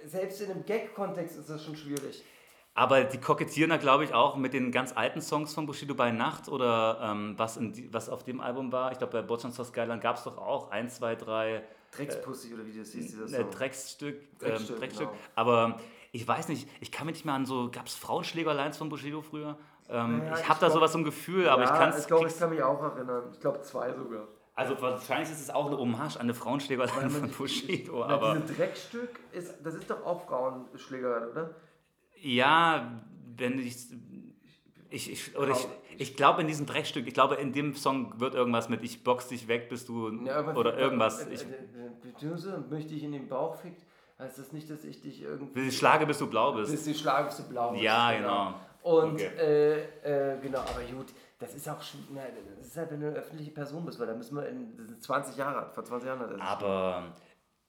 S1: es, selbst in einem Gag-Kontext ist das schon schwierig.
S2: Aber die kokettieren da, glaube ich, auch mit den ganz alten Songs von Bushido bei Nacht oder ähm, was, in, die- was auf dem Album war. Ich glaube, bei Botchans Skyline Skyline gab es doch auch ein, zwei, drei
S1: Dreckspussy oder wie das hieß, dieser
S2: äh,
S1: Song.
S2: Drecksstück.
S1: Drecksstück,
S2: ähm, Drecksstück.
S1: genau.
S2: Aber ich weiß nicht, ich kann mich nicht mehr an so, gab es Frauenschlägerlines von Bushido früher? Ähm,
S1: Naja,
S2: ich
S1: ich
S2: habe da
S1: glaub-
S2: sowas im Gefühl, aber ich
S1: Ja,
S2: kann
S1: ich glaube, ich
S2: es...
S1: kann mich auch erinnern. Ich glaube, zwei sogar.
S2: Also wahrscheinlich ist es auch eine Hommage an eine Frauenschlägerlein von Bushido,
S1: Na,
S2: aber...
S1: dieses Dreckstück, ist, das ist doch auch Frauenschlägerei, oder?
S2: Ja, wenn ich. Ich, ich, oder ich, ich glaube in diesem Dreckstück, ich glaube in dem Song wird irgendwas mit ich box dich weg, bist du oder irgendwas. äh,
S1: äh,
S2: Ich,
S1: Bedürfnisse möchte ich in den Bauch fickt, heißt das nicht, dass ich dich irgendwie.
S2: ich schlage, bis du blau bist.
S1: Bis die Schlag auf die Blau.
S2: Ja,
S1: genau.
S2: genau.
S1: Und
S2: Okay.
S1: äh, äh, genau, aber gut, das ist auch schon, na, das ist halt, wenn du eine öffentliche Person bist, weil da müssen wir in das sind 20 Jahre, vor 20 Jahren hat er das.
S2: Aber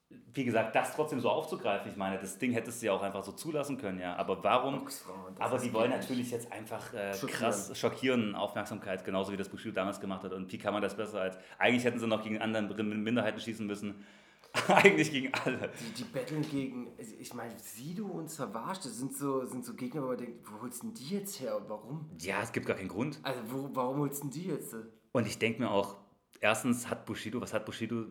S2: wie gesagt, das trotzdem so aufzugreifen, ich meine, das Ding hättest du ja auch einfach so zulassen können, ja. Aber warum?
S1: Boxfrauen, das
S2: Aber
S1: ist
S2: sie wollen
S1: wirklich-
S2: natürlich jetzt einfach äh,
S1: Schockieren.
S2: krass schockieren, Aufmerksamkeit, genauso wie das Bushido damals gemacht hat. Und wie kann man das besser als. Eigentlich hätten sie noch gegen andere Minderheiten schießen müssen. eigentlich gegen alle.
S1: Die, die betteln gegen, also ich meine, Sido und Savage, das sind so, sind so Gegner, wo man denkt, wo holst denn die jetzt her und warum?
S2: Ja, es gibt gar keinen Grund.
S1: Also, wo, warum holst denn die jetzt?
S2: Und ich denke mir auch, erstens hat Bushido, was hat Bushido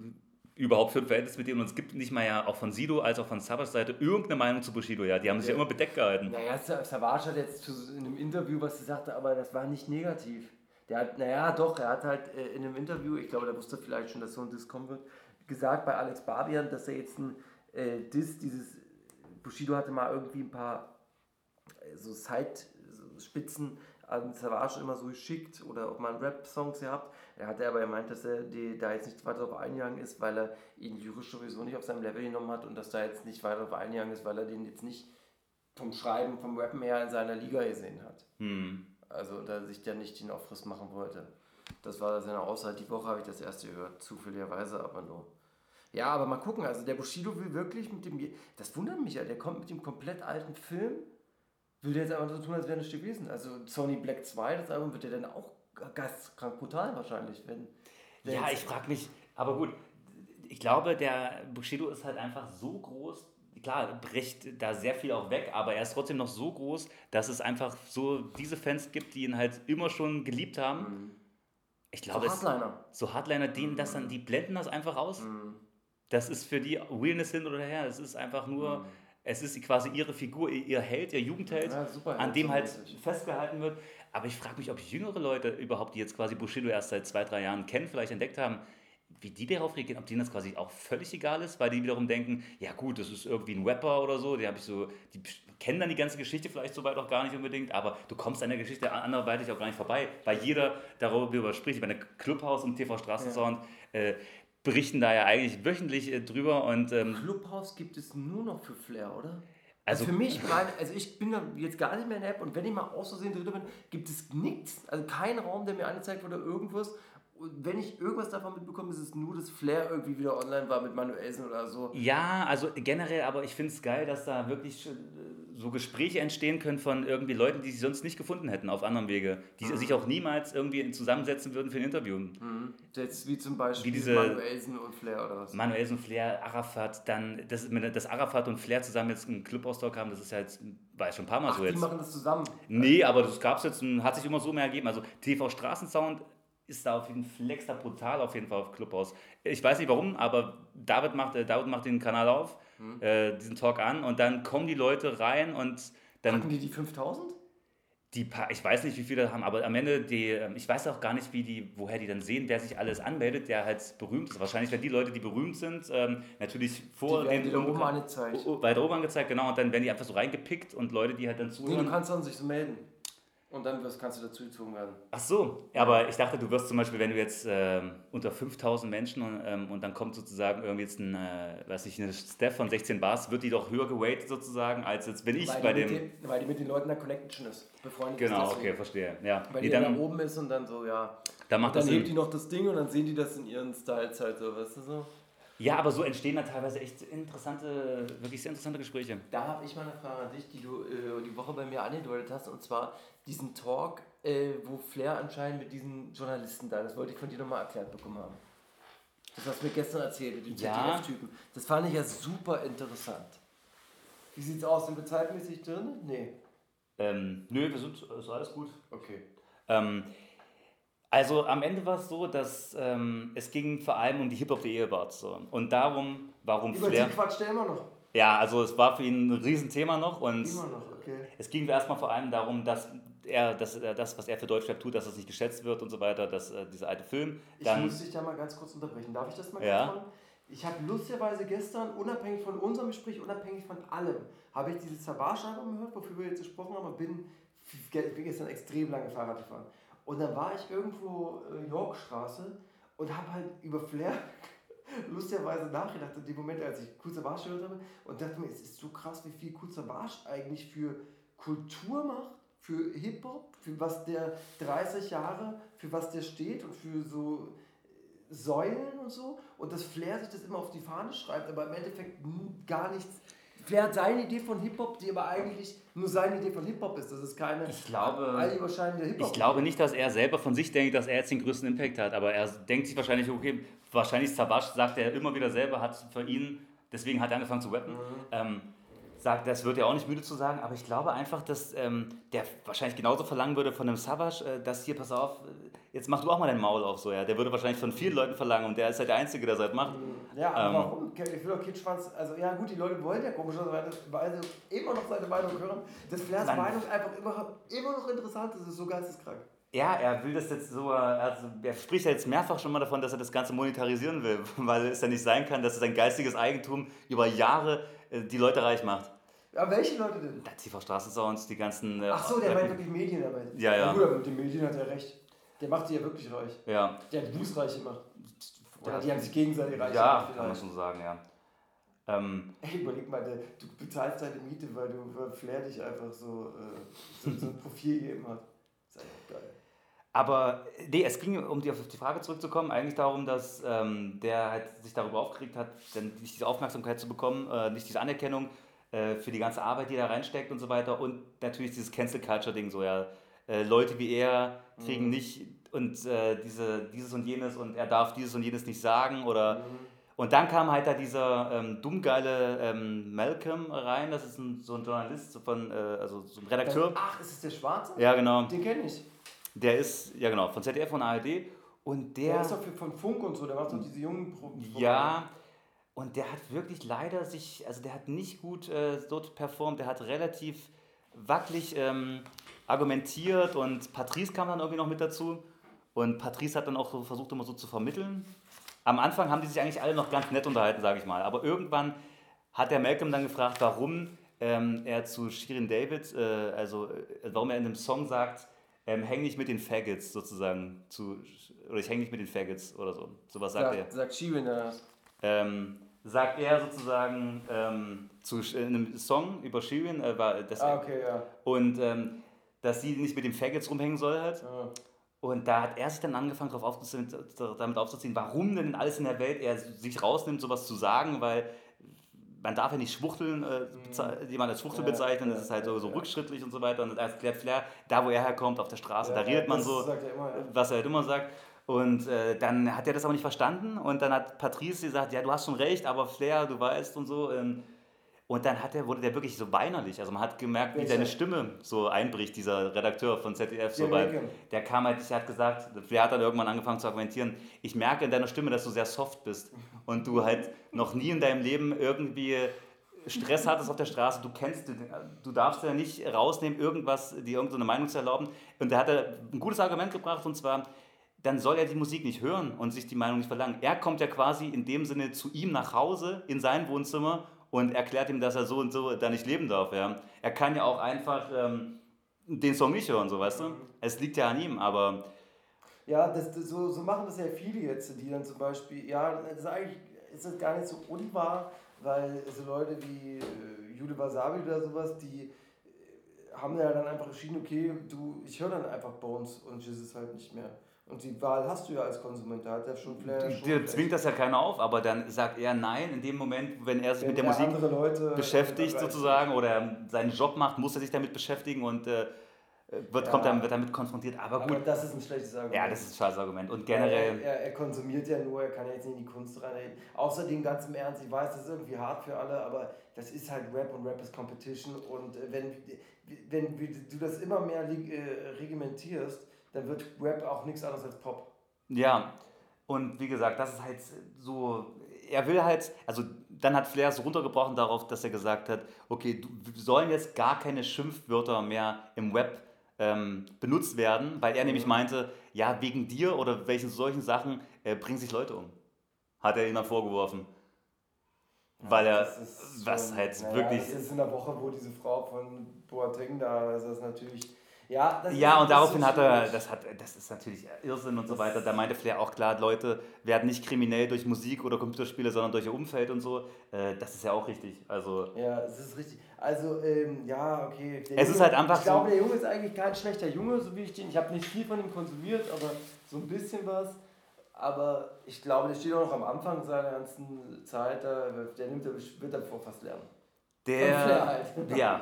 S2: überhaupt für ein Verhältnis mit ihm? Und es gibt nicht mal ja auch von Sido als auch von Savas Seite irgendeine Meinung zu Bushido, ja. Die haben sich ja, immer bedeckt gehalten.
S1: Naja, Sa- Savage hat jetzt zu, in einem Interview was gesagt, aber das war nicht negativ. Der hat, naja, doch, er hat halt äh, in einem Interview, ich glaube, der wusste vielleicht schon, dass so ein Diss kommen wird, gesagt bei Alex Barbian, dass er jetzt ein äh, Diss, dieses, Bushido hatte mal irgendwie ein paar äh, so Side-Spitzen an Savage immer so geschickt oder ob man Rap-Songs gehabt. Er hatte aber gemeint, dass er die, da jetzt nicht weiter drauf eingegangen ist, weil er ihn lyrisch sowieso nicht auf seinem Level genommen hat und dass da jetzt nicht weiter drauf eingegangen ist, weil er den jetzt nicht vom Schreiben, vom Rappen her in seiner Liga gesehen hat.
S2: Hm.
S1: Also, da sich der nicht den Aufriss machen wollte. Das war seine Aussage. Die Woche habe ich das erste gehört. Zufälligerweise aber nur. Ja, aber mal gucken. Also, der Bushido will wirklich mit dem. je- Das wundert mich ja. Der kommt mit dem komplett alten Film. Will der jetzt einfach so tun, als wäre nichts gewesen. Also, Sony Black 2, das Album, wird der dann auch geistkrank brutal wahrscheinlich, wenn. der
S2: Ja,
S1: jetzt-
S2: ich frage mich, aber gut, ich glaube, der Bushido ist halt einfach so groß, klar, bricht da sehr viel auch weg, aber er ist trotzdem noch so groß, dass es einfach so diese Fans gibt, die ihn halt immer schon geliebt haben. Ich glaube,
S1: so
S2: es
S1: Mhm. Hardliner.
S2: so Hardliner, denen das dann, die blenden das einfach aus. Das ist für die Realness hin oder her. Es ist einfach nur, es ist quasi ihre Figur, ihr- ihr Held, ihr Jugendheld,
S1: Mhm. Ja, super,
S2: an dem
S1: so
S2: halt
S1: mäßig.
S2: festgehalten wird. Aber ich frage mich, ob jüngere Leute überhaupt, die jetzt quasi Bushido erst seit zwei, drei Jahren kennen, vielleicht entdeckt haben, wie die darauf reagieren, ob denen das quasi auch völlig egal ist, weil die wiederum denken, ja gut, das ist irgendwie ein Rapper oder so, die habe ich so, die kennen dann die ganze Geschichte vielleicht soweit auch gar nicht unbedingt, aber du kommst an der Geschichte anderweitig auch gar nicht vorbei, weil jeder darüber spricht, bei der Clubhouse und TV Straßensound äh, berichten da ja eigentlich wöchentlich äh, drüber und ähm,
S1: Clubhouse gibt es nur noch für Flair, oder? Also
S2: also
S1: für mich, meine, also ich bin da jetzt gar nicht mehr in der App und wenn ich mal aus Versehen drin bin, gibt es nichts, also kein Raum, der mir angezeigt wurde, irgendwas. Und wenn ich irgendwas davon mitbekomme, ist es nur, dass Flair irgendwie wieder online war mit Manuelsen oder so.
S2: Ja, also generell, aber ich finde es geil, dass da wirklich äh, so Gespräche entstehen können von irgendwie Leuten, die sie sonst nicht gefunden hätten auf anderem Wege, die
S1: Mhm.
S2: sich auch niemals irgendwie zusammensetzen würden für ein Interview.
S1: Jetzt wie zum Beispiel
S2: Wie diese-
S1: Manuelsen und Flair oder was.
S2: Manuelsen, Flair, Arafat, dann, das, dass Arafat und Flair zusammen jetzt einen Club-Austausch haben, das ist ja jetzt, war ja schon ein paar Mal
S1: Ach,
S2: so
S1: die
S2: jetzt.
S1: machen das zusammen.
S2: Nee, aber das gab es jetzt, und hat sich immer so mehr ergeben. Also TV Straßensound ist da auf jeden Fall flex da brutal auf jeden Fall auf Clubhaus. Ich weiß nicht warum, aber David macht, äh, David macht den Kanal auf, äh, diesen Talk an und dann kommen die Leute rein und
S1: Hatten
S2: dann
S1: die die 5000?
S2: die paar, ich weiß nicht, wie viele da haben, aber am Ende die, ähm, ich weiß auch gar nicht, wie die, woher die dann sehen, wer sich alles anmeldet, der halt berühmt ist. Wahrscheinlich werden die Leute, die berühmt sind, ähm, natürlich vor
S1: Die werden
S2: den
S1: dir oben
S2: unbekannt-
S1: angezeigt.
S2: Oh, oh, weiter oben angezeigt, genau, und dann werden die einfach so reingepickt und Leute, die halt dann
S1: Nee,
S2: zuhören.
S1: du kannst dann sich so melden. Und dann wirst, kannst du dazu gezogen werden.
S2: Ach so, ja, aber ich dachte, du wirst zum Beispiel, wenn du jetzt ähm, unter 5000 Menschen und, ähm, und dann kommt sozusagen irgendwie jetzt ein, äh, weiß nicht, eine Steph von 16 Bars, wird die doch höher geweightet sozusagen, als jetzt bin ich bei
S1: die
S2: dem.
S1: mit den, weil die mit den Leuten da Connection ist. Befreundet
S2: Genau,
S1: ist deswegen.
S2: okay, verstehe. Ja,
S1: Weil
S2: nee,
S1: die dann, da
S2: dann,
S1: oben ist und dann so, ja.
S2: dann macht
S1: Dann
S2: das
S1: hebt
S2: Sinn.
S1: die noch das Ding und dann sehen die das in ihren Styles halt so, weißt du so.
S2: Ja, aber so entstehen da teilweise echt interessante, wirklich sehr interessante Gespräche.
S1: Da habe ich mal eine Frage an dich, die du äh, die Woche bei mir angedeutet hast, und zwar diesen Talk, äh, wo Flair anscheinend mit diesen Journalisten da, das wollte ich von dir nochmal erklärt bekommen haben. Das hast du mir gestern erzählt, mit den
S2: Ja.
S1: ZDF-Typen. Das fand ich ja super interessant. Wie sieht's aus? Sind wir zeitmäßig drin? Nee.
S2: Ähm, nö, wir sind, ist alles gut.
S1: Okay.
S2: Ähm, also am Ende war es so, dass ähm, es ging vor allem um die Hip-Hop-DE Awards so. und darum, warum
S1: Über
S2: Flair...
S1: den Quatsch stellen wir noch.
S2: Ja, also es war für ihn ein Riesenthema noch und
S1: Immer noch, okay.
S2: es ging erstmal vor allem darum, dass er, dass er das, was er für Deutschrap tut, dass das nicht geschätzt wird und so weiter, dass äh, dieser alte Film
S1: Ich
S2: dann
S1: muss dich da mal ganz kurz unterbrechen. Darf ich das mal
S2: Ja.
S1: kurz machen? Ich habe lustigerweise gestern, unabhängig von unserem Gespräch, unabhängig von allem, habe ich dieses Savage-Album gehört, wofür wir jetzt gesprochen haben, und bin, ich bin gestern extrem lange Fahrrad gefahren. Und dann war ich irgendwo äh, Yorkstraße und habe halt über Flair lustigerweise nachgedacht, in dem Moment, als ich Kurt Savage gehört habe, und dachte mir, es ist so krass, wie viel Kurt Savage eigentlich für Kultur macht, für Hip-Hop, für was der 30 Jahre, für was der steht und für so äh, Säulen und so und dass Flair sich das immer auf die Fahne schreibt, aber im Endeffekt n- gar nichts. Flair hat seine Idee von Hip-Hop, die aber eigentlich nur seine Idee von Hip-Hop ist. Das ist keine
S2: Ich glaube-
S1: allüberscheinende Hip-Hop.
S2: Ich glaube nicht, dass er selber von sich denkt, dass er jetzt den größten Impact hat, aber er denkt sich wahrscheinlich, okay, wahrscheinlich Savage sagt er immer wieder selber, hat für ihn, deswegen hat er angefangen zu rappen. Ähm, sagt, das wird er auch nicht müde zu sagen, aber ich glaube einfach, dass ähm, der wahrscheinlich genauso verlangen würde von einem Savage, äh, dass hier, pass auf, äh, jetzt mach du auch mal dein Maul auf, so, ja. Der würde wahrscheinlich von vielen Leuten verlangen und der ist halt der Einzige, der das halt macht.
S1: Ja, aber
S2: Ähm.
S1: warum? Ich will doch Kitschwanz. Also, ja, gut, die Leute wollen ja komischerweise immer noch seine Meinung hören. Dass Flairs
S2: Nein.
S1: Meinung einfach überhaupt immer noch interessant ist, ist so geisteskrank.
S2: Ja, er will das jetzt so, äh, also er spricht ja jetzt mehrfach schon mal davon, dass er das Ganze monetarisieren will, weil es ja nicht sein kann, dass sein geistiges Eigentum über Jahre äh, die Leute reich macht.
S1: Ja, welche Leute denn?
S2: Da TV Straßensounds, die ganzen. Äh,
S1: Ach so, der
S2: äh,
S1: meint wirklich Medien damit.
S2: Ja, ja.
S1: Gut, aber mit den Medien hat er recht. Der macht sie ja wirklich reich.
S2: Ja.
S1: Der hat die Bußreiche gemacht.
S2: Oder-
S1: Ja, die haben sich gegenseitig reich
S2: ja,
S1: gemacht
S2: kann man
S1: vielleicht.
S2: schon so sagen, ja. Ähm,
S1: Ey, überleg mal, der, du bezahlst deine Miete, weil du weil Flair dich einfach so, äh, so, so ein Profil gegeben hat. Ist einfach geil.
S2: aber äh, nee, es ging, um die, auf die Frage zurückzukommen, eigentlich darum, dass ähm, der halt sich darüber aufgeregt hat, dann nicht diese Aufmerksamkeit zu bekommen, äh, nicht diese Anerkennung äh, für die ganze Arbeit, die er da reinsteckt und so weiter. Und natürlich dieses Cancel Culture-Ding, so ja. Äh, Leute wie er kriegen nicht und äh, diese, dieses und jenes und er darf dieses und jenes nicht sagen oder. Und dann kam halt da dieser ähm, dummgeile ähm, Malcolm rein, das ist ein, so ein Journalist von, äh, also so ein Redakteur.
S1: Ach, ist es der Schwarze?
S2: Ja, genau.
S1: Den kenne ich.
S2: Der ist, ja genau, von ZDF und ARD. Und
S1: Der
S2: der,
S1: ist doch für, von Funk und so, der macht so diese jungen Pro Programme.
S2: ja, und der hat wirklich leider sich, also der hat nicht gut äh, dort performt, der hat relativ wackelig ähm, argumentiert und Patrice kam dann irgendwie noch mit dazu. Und Patrice hat dann auch so versucht, immer so zu vermitteln. Am Anfang haben die sich eigentlich alle noch ganz nett unterhalten, sage ich mal. Aber irgendwann hat der Malcolm dann gefragt, warum ähm, er zu Shirin David, äh, also äh, warum er in dem Song sagt, ähm, häng nicht mit den Faggots sozusagen zu, oder ich häng nicht mit den Faggots oder so. Sowas sagt er.
S1: Sagt, sagt ne? Shirin ja.
S2: Ähm, sagt er sozusagen ähm, zu Sh- in einem Song über Shirin, äh, war das
S1: Ah, okay, ja.
S2: und ähm, dass sie nicht mit den Faggots rumhängen soll halt.
S1: ja.
S2: Und da hat er sich dann angefangen, drauf aufzuziehen, damit aufzuziehen, warum denn alles in der Welt er sich rausnimmt, sowas zu sagen, weil man darf ja nicht Schwuchteln, äh, beze- jemand als Schwuchtel
S1: Mhm. Ja,
S2: bezeichnen, das
S1: ja,
S2: ist halt so, so
S1: ja.
S2: rückschittlich und so weiter. Und als Claire Flair, da wo er herkommt, auf der Straße, da
S1: Ja,
S2: redet man
S1: das
S2: so
S1: Sagt er immer, ja.
S2: was er halt immer sagt. Und äh, dann hat er das aber nicht verstanden und dann hat Patrice gesagt, ja, du hast schon recht, aber Flair, du weißt und so. Ähm, und dann hat er, wurde der wirklich so weinerlich. Also man hat gemerkt, wie
S1: Welcher?
S2: seine Stimme so einbricht, dieser Redakteur von E ZDF. So,
S1: Der
S2: weil
S1: Malcolm.
S2: der kam halt, der hat gesagt, Flair hat dann irgendwann angefangen zu argumentieren, ich merke in deiner Stimme, dass du sehr soft bist und du halt noch nie in deinem Leben irgendwie Stress hattest auf der Straße, du kennst, du, du darfst ja nicht rausnehmen, irgendwas, dir irgendeine Meinung zu erlauben. Und da hat er ein gutes Argument gebracht und zwar, dann soll er die Musik nicht hören und sich die Meinung nicht verlangen. Er kommt ja quasi in dem Sinne zu ihm nach Hause in sein Wohnzimmer und erklärt ihm, dass er so und so da nicht leben darf. Ja. Er kann ja auch einfach ähm, den Song nicht hören, so weißt du. Es liegt ja an ihm, aber
S1: Ja, das, das, so, so machen das ja viele jetzt, die dann zum Beispiel, ja, das ist eigentlich ist das gar nicht so unwahr, weil so Leute wie äh, Jude Wasabi oder sowas, die äh, haben ja dann einfach entschieden, okay, du, ich höre dann einfach Bones und Jesus halt nicht mehr. Und die Wahl hast du ja als Konsument, da hat der schon Flair schon
S2: dir zwingt das ja keiner auf, aber dann sagt er nein in dem Moment, wenn er sich
S1: Wenn
S2: mit der
S1: da
S2: Musik
S1: andere Leute
S2: beschäftigt
S1: dabei sind.
S2: sozusagen oder seinen Job macht, muss er sich damit beschäftigen und äh, wird,
S1: Ja.
S2: kommt damit, wird damit konfrontiert. Aber
S1: Aber
S2: gut,
S1: das ist ein schlechtes Argument.
S2: ja, das ist ein scheiß Argument. Und generell,
S1: Er, er, er konsumiert ja nur, er kann ja jetzt nicht in die Kunst reinreden. Außerdem, ganz im Ernst, ich weiß, das ist irgendwie hart für alle, aber das ist halt Rap und Rap ist Competition. Und äh, wenn, wenn du das immer mehr li- äh, reglementierst, dann wird Rap auch nichts anderes als Pop.
S2: ja. Und wie gesagt, das ist halt so, er will halt, also dann hat Flair es runtergebrochen darauf, dass er gesagt hat, okay, du, wir sollen jetzt gar keine Schimpfwörter mehr im Web ähm, benutzt werden, weil er
S1: Mhm.
S2: nämlich meinte, ja, wegen dir oder welchen solchen Sachen äh, bringen sich Leute um. Hat er ihm dann vorgeworfen. Weil er,
S1: Das ist
S2: was
S1: schon-
S2: halt
S1: naja,
S2: wirklich
S1: Das ist in der Woche, wo diese Frau von Boateng da ist, das natürlich. Ja, das
S2: Ja,
S1: ist, das
S2: und
S1: ist
S2: daraufhin
S1: so
S2: hat er,
S1: schwierig.
S2: das, hat, das ist natürlich Irrsinn und so
S1: Das-
S2: weiter. Da meinte Flair auch klar, Leute werden nicht kriminell durch Musik oder Computerspiele, sondern durch ihr Umfeld und so. Äh, Das ist ja auch richtig. Also,
S1: Ja, es ist richtig. Also, ähm, ja, okay. Der
S2: Es ist halt einfach
S1: Ich glaube,
S2: so-
S1: der Junge ist eigentlich kein schlechter Junge, so wie ich den. Ich habe nicht viel von ihm konsumiert, aber so ein bisschen was. Aber ich glaube, der steht auch noch am Anfang seiner ganzen Zeit. Da, der nimmt, der wird davor was lernen. Von Flair
S2: der.
S1: halt.
S2: Ja,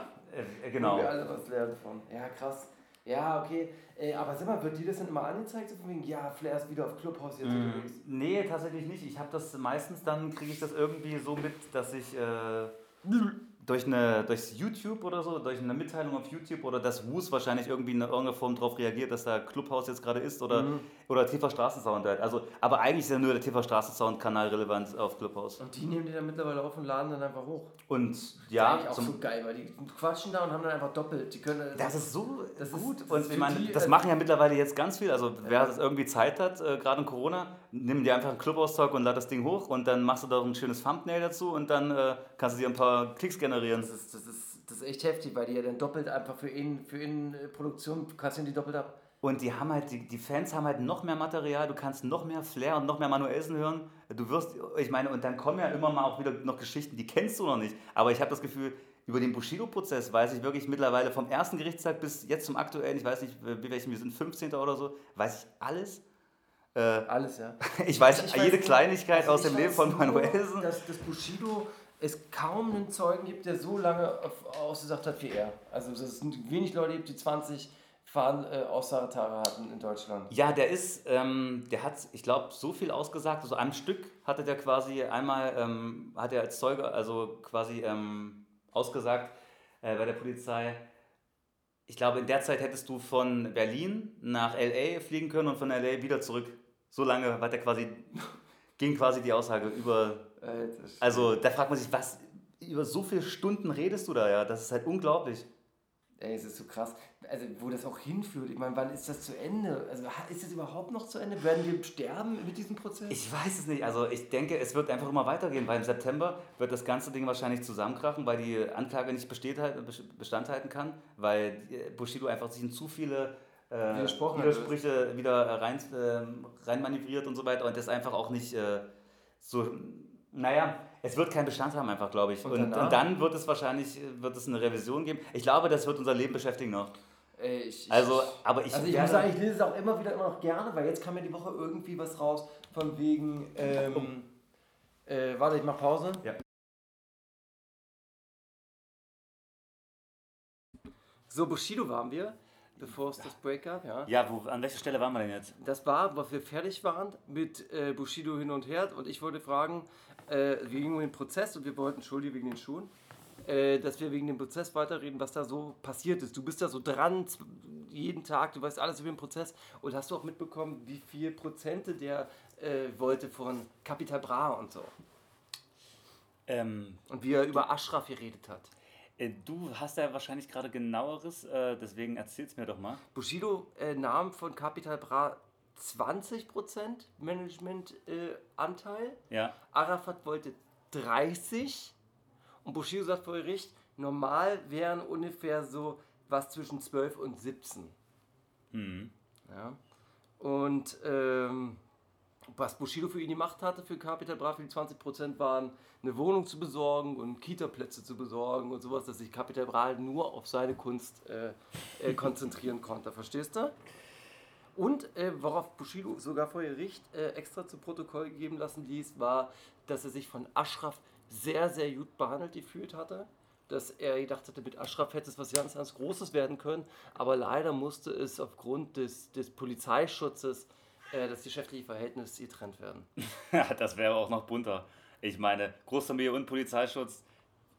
S2: äh, genau.
S1: Wir alle was lernen von. Ja, krass. Ja, okay. Äh, aber sag mal, wird dir das dann immer angezeigt? So von wegen, ja, Flair ist wieder auf Clubhouse jetzt
S2: Mm,
S1: unterwegs.
S2: Nee, tatsächlich nicht. Ich habe das meistens, dann kriege ich das irgendwie so mit, dass ich äh, durch eine durch YouTube oder so, durch eine Mitteilung auf YouTube oder dass Woos wahrscheinlich irgendwie in irgendeiner Form darauf reagiert, dass da Clubhouse jetzt gerade ist oder,
S1: Mhm.
S2: oder TV Straßensound halt. Also, aber eigentlich ist ja nur der TV Straßensound Kanal relevant auf Clubhouse.
S1: Und die nehmen die dann mittlerweile auf und laden dann einfach hoch.
S2: Und
S1: Ja,
S2: ja,
S1: auch
S2: zum,
S1: so geil, weil die quatschen da und haben dann einfach doppelt. Die können
S2: das ist so
S1: Das ist-
S2: gut.
S1: das
S2: und
S1: ist
S2: ich
S1: für
S2: meine,
S1: die,
S2: das
S1: äh,
S2: machen ja mittlerweile jetzt ganz viel. Also wer das irgendwie Zeit hat, äh, gerade in Corona, nimm dir einfach einen Clubhouse-Talk und lad das Ding hoch und dann machst du da ein schönes Thumbnail dazu und dann äh, kannst du dir ein paar Klicks generieren.
S1: Das ist, das, ist, das ist echt heftig, weil die ja dann doppelt einfach für ihn, für ihn äh, Produktion kassieren die doppelt ab.
S2: Und die haben halt, die, die Fans haben halt noch mehr Material, du kannst noch mehr Flair und noch mehr Manuelsen hören. Du wirst, ich meine, und dann kommen ja immer mal auch wieder noch Geschichten, die kennst du noch nicht. Aber ich habe das Gefühl, über den Bushido-Prozess weiß ich wirklich mittlerweile vom ersten Gerichtstag bis jetzt zum aktuellen, ich weiß nicht, äh, wie welchen wir sind, 15. oder so, weiß ich alles. Äh,
S1: Alles, ja.
S2: ich weiß,
S1: Ich weiß
S2: jede
S1: nur-
S2: Kleinigkeit
S1: Also
S2: aus
S1: ich
S2: dem Leben
S1: weiß
S2: von
S1: nur,
S2: Manuelsen.
S1: Dass das Bushido es kaum einen Zeugen gibt, der so lange auf, ausgesagt hat wie er. Also dass es wenig Leute gibt, die 20 fahren äh, Aussagetare hatten in Deutschland.
S2: Ja, der ist, ähm, der hat, ich glaube, so viel ausgesagt. Also am Stück hatte der quasi einmal, ähm, hat er als Zeuge, also quasi ähm, ausgesagt äh, bei der Polizei. Ich glaube, in der Zeit hättest du von Berlin nach LA fliegen können und von LA wieder zurück. So lange hat er quasi, ging quasi die Aussage über.
S1: Alter, Sch-
S2: Also da fragt man sich, was, über so viele Stunden redest du da ja? Das ist halt unglaublich.
S1: Ey, es ist so krass. Also, wo das auch hinführt. Ich meine, wann ist das zu Ende? Also, ha- ist das überhaupt noch zu Ende? Werden wir sterben mit diesem Prozess?
S2: Ich weiß es nicht. Also ich denke, es wird einfach immer weitergehen, weil im September wird das ganze Ding wahrscheinlich zusammenkrachen, weil die Anklage nicht besteht, halt- Bestand halten kann, weil äh, Bushido einfach sich in zu viele äh,
S1: Widersprochen hat,
S2: Widersprüche wieder äh, rein, ähm, reinmanövriert und so weiter und das einfach auch nicht äh, so, naja, es wird keinen Bestand haben einfach, glaube ich.
S1: Und
S2: Und, und,
S1: danach?
S2: dann wird es wahrscheinlich, äh, wird es eine Revision geben. Ich glaube, das wird unser Leben beschäftigen noch.
S1: Ey, ich, ich,
S2: Also, aber ich,
S1: also ich
S2: werde-
S1: muss sagen, ich lese es auch immer wieder immer noch gerne, weil jetzt kam ja die Woche irgendwie was raus von wegen, ähm, äh, warte, ich mach Pause.
S2: Oh. Ja.
S1: So, Bushido waren wir, bevor es das Break gab, ja.
S2: ja, wo, an welcher Stelle waren wir denn jetzt?
S1: Das war, wo wir fertig waren mit äh, Bushido hin und her und ich wollte fragen, äh, wir gingen um den Prozess und wir wollten, Entschuldigung, wegen den Schuhen, äh, dass wir wegen dem Prozess weiterreden, was da so passiert ist. Du bist da so dran, z- jeden Tag, du weißt alles über den Prozess und hast du auch mitbekommen, wie viel Prozente der äh, wollte von Capital Bra und so.
S2: Ähm,
S1: Und wie er über Ashraf geredet hat.
S2: Äh, Du hast ja wahrscheinlich gerade genaueres, äh, deswegen erzähl's mir doch mal.
S1: Bushido äh, nahm von Capital Bra 20% Management-Anteil. Äh, Anteil.
S2: Ja.
S1: Arafat wollte 30 und Bushido sagt vor Gericht, normal wären ungefähr so was zwischen 12 und 17.
S2: Mhm.
S1: Ja. Und ähm, was Bushido für ihn gemacht hatte, für Capital Bra, für die 20% waren, eine Wohnung zu besorgen und Kita-Plätze zu besorgen und sowas, dass sich Capital Bra nur auf seine Kunst äh, äh, konzentrieren konnte. Verstehst du? Und äh, worauf Bushido sogar vor Gericht äh, extra zu Protokoll gegeben lassen ließ, war, dass er sich von Ashraf sehr, sehr gut behandelt gefühlt hatte. Dass er gedacht hatte, mit Ashraf hätte es was ganz, ganz Großes werden können. Aber leider musste es aufgrund des, des Polizeischutzes äh, das geschäftliche Verhältnis getrennt werden.
S2: das wäre auch noch bunter. Ich meine, Großfamilie und Polizeischutz.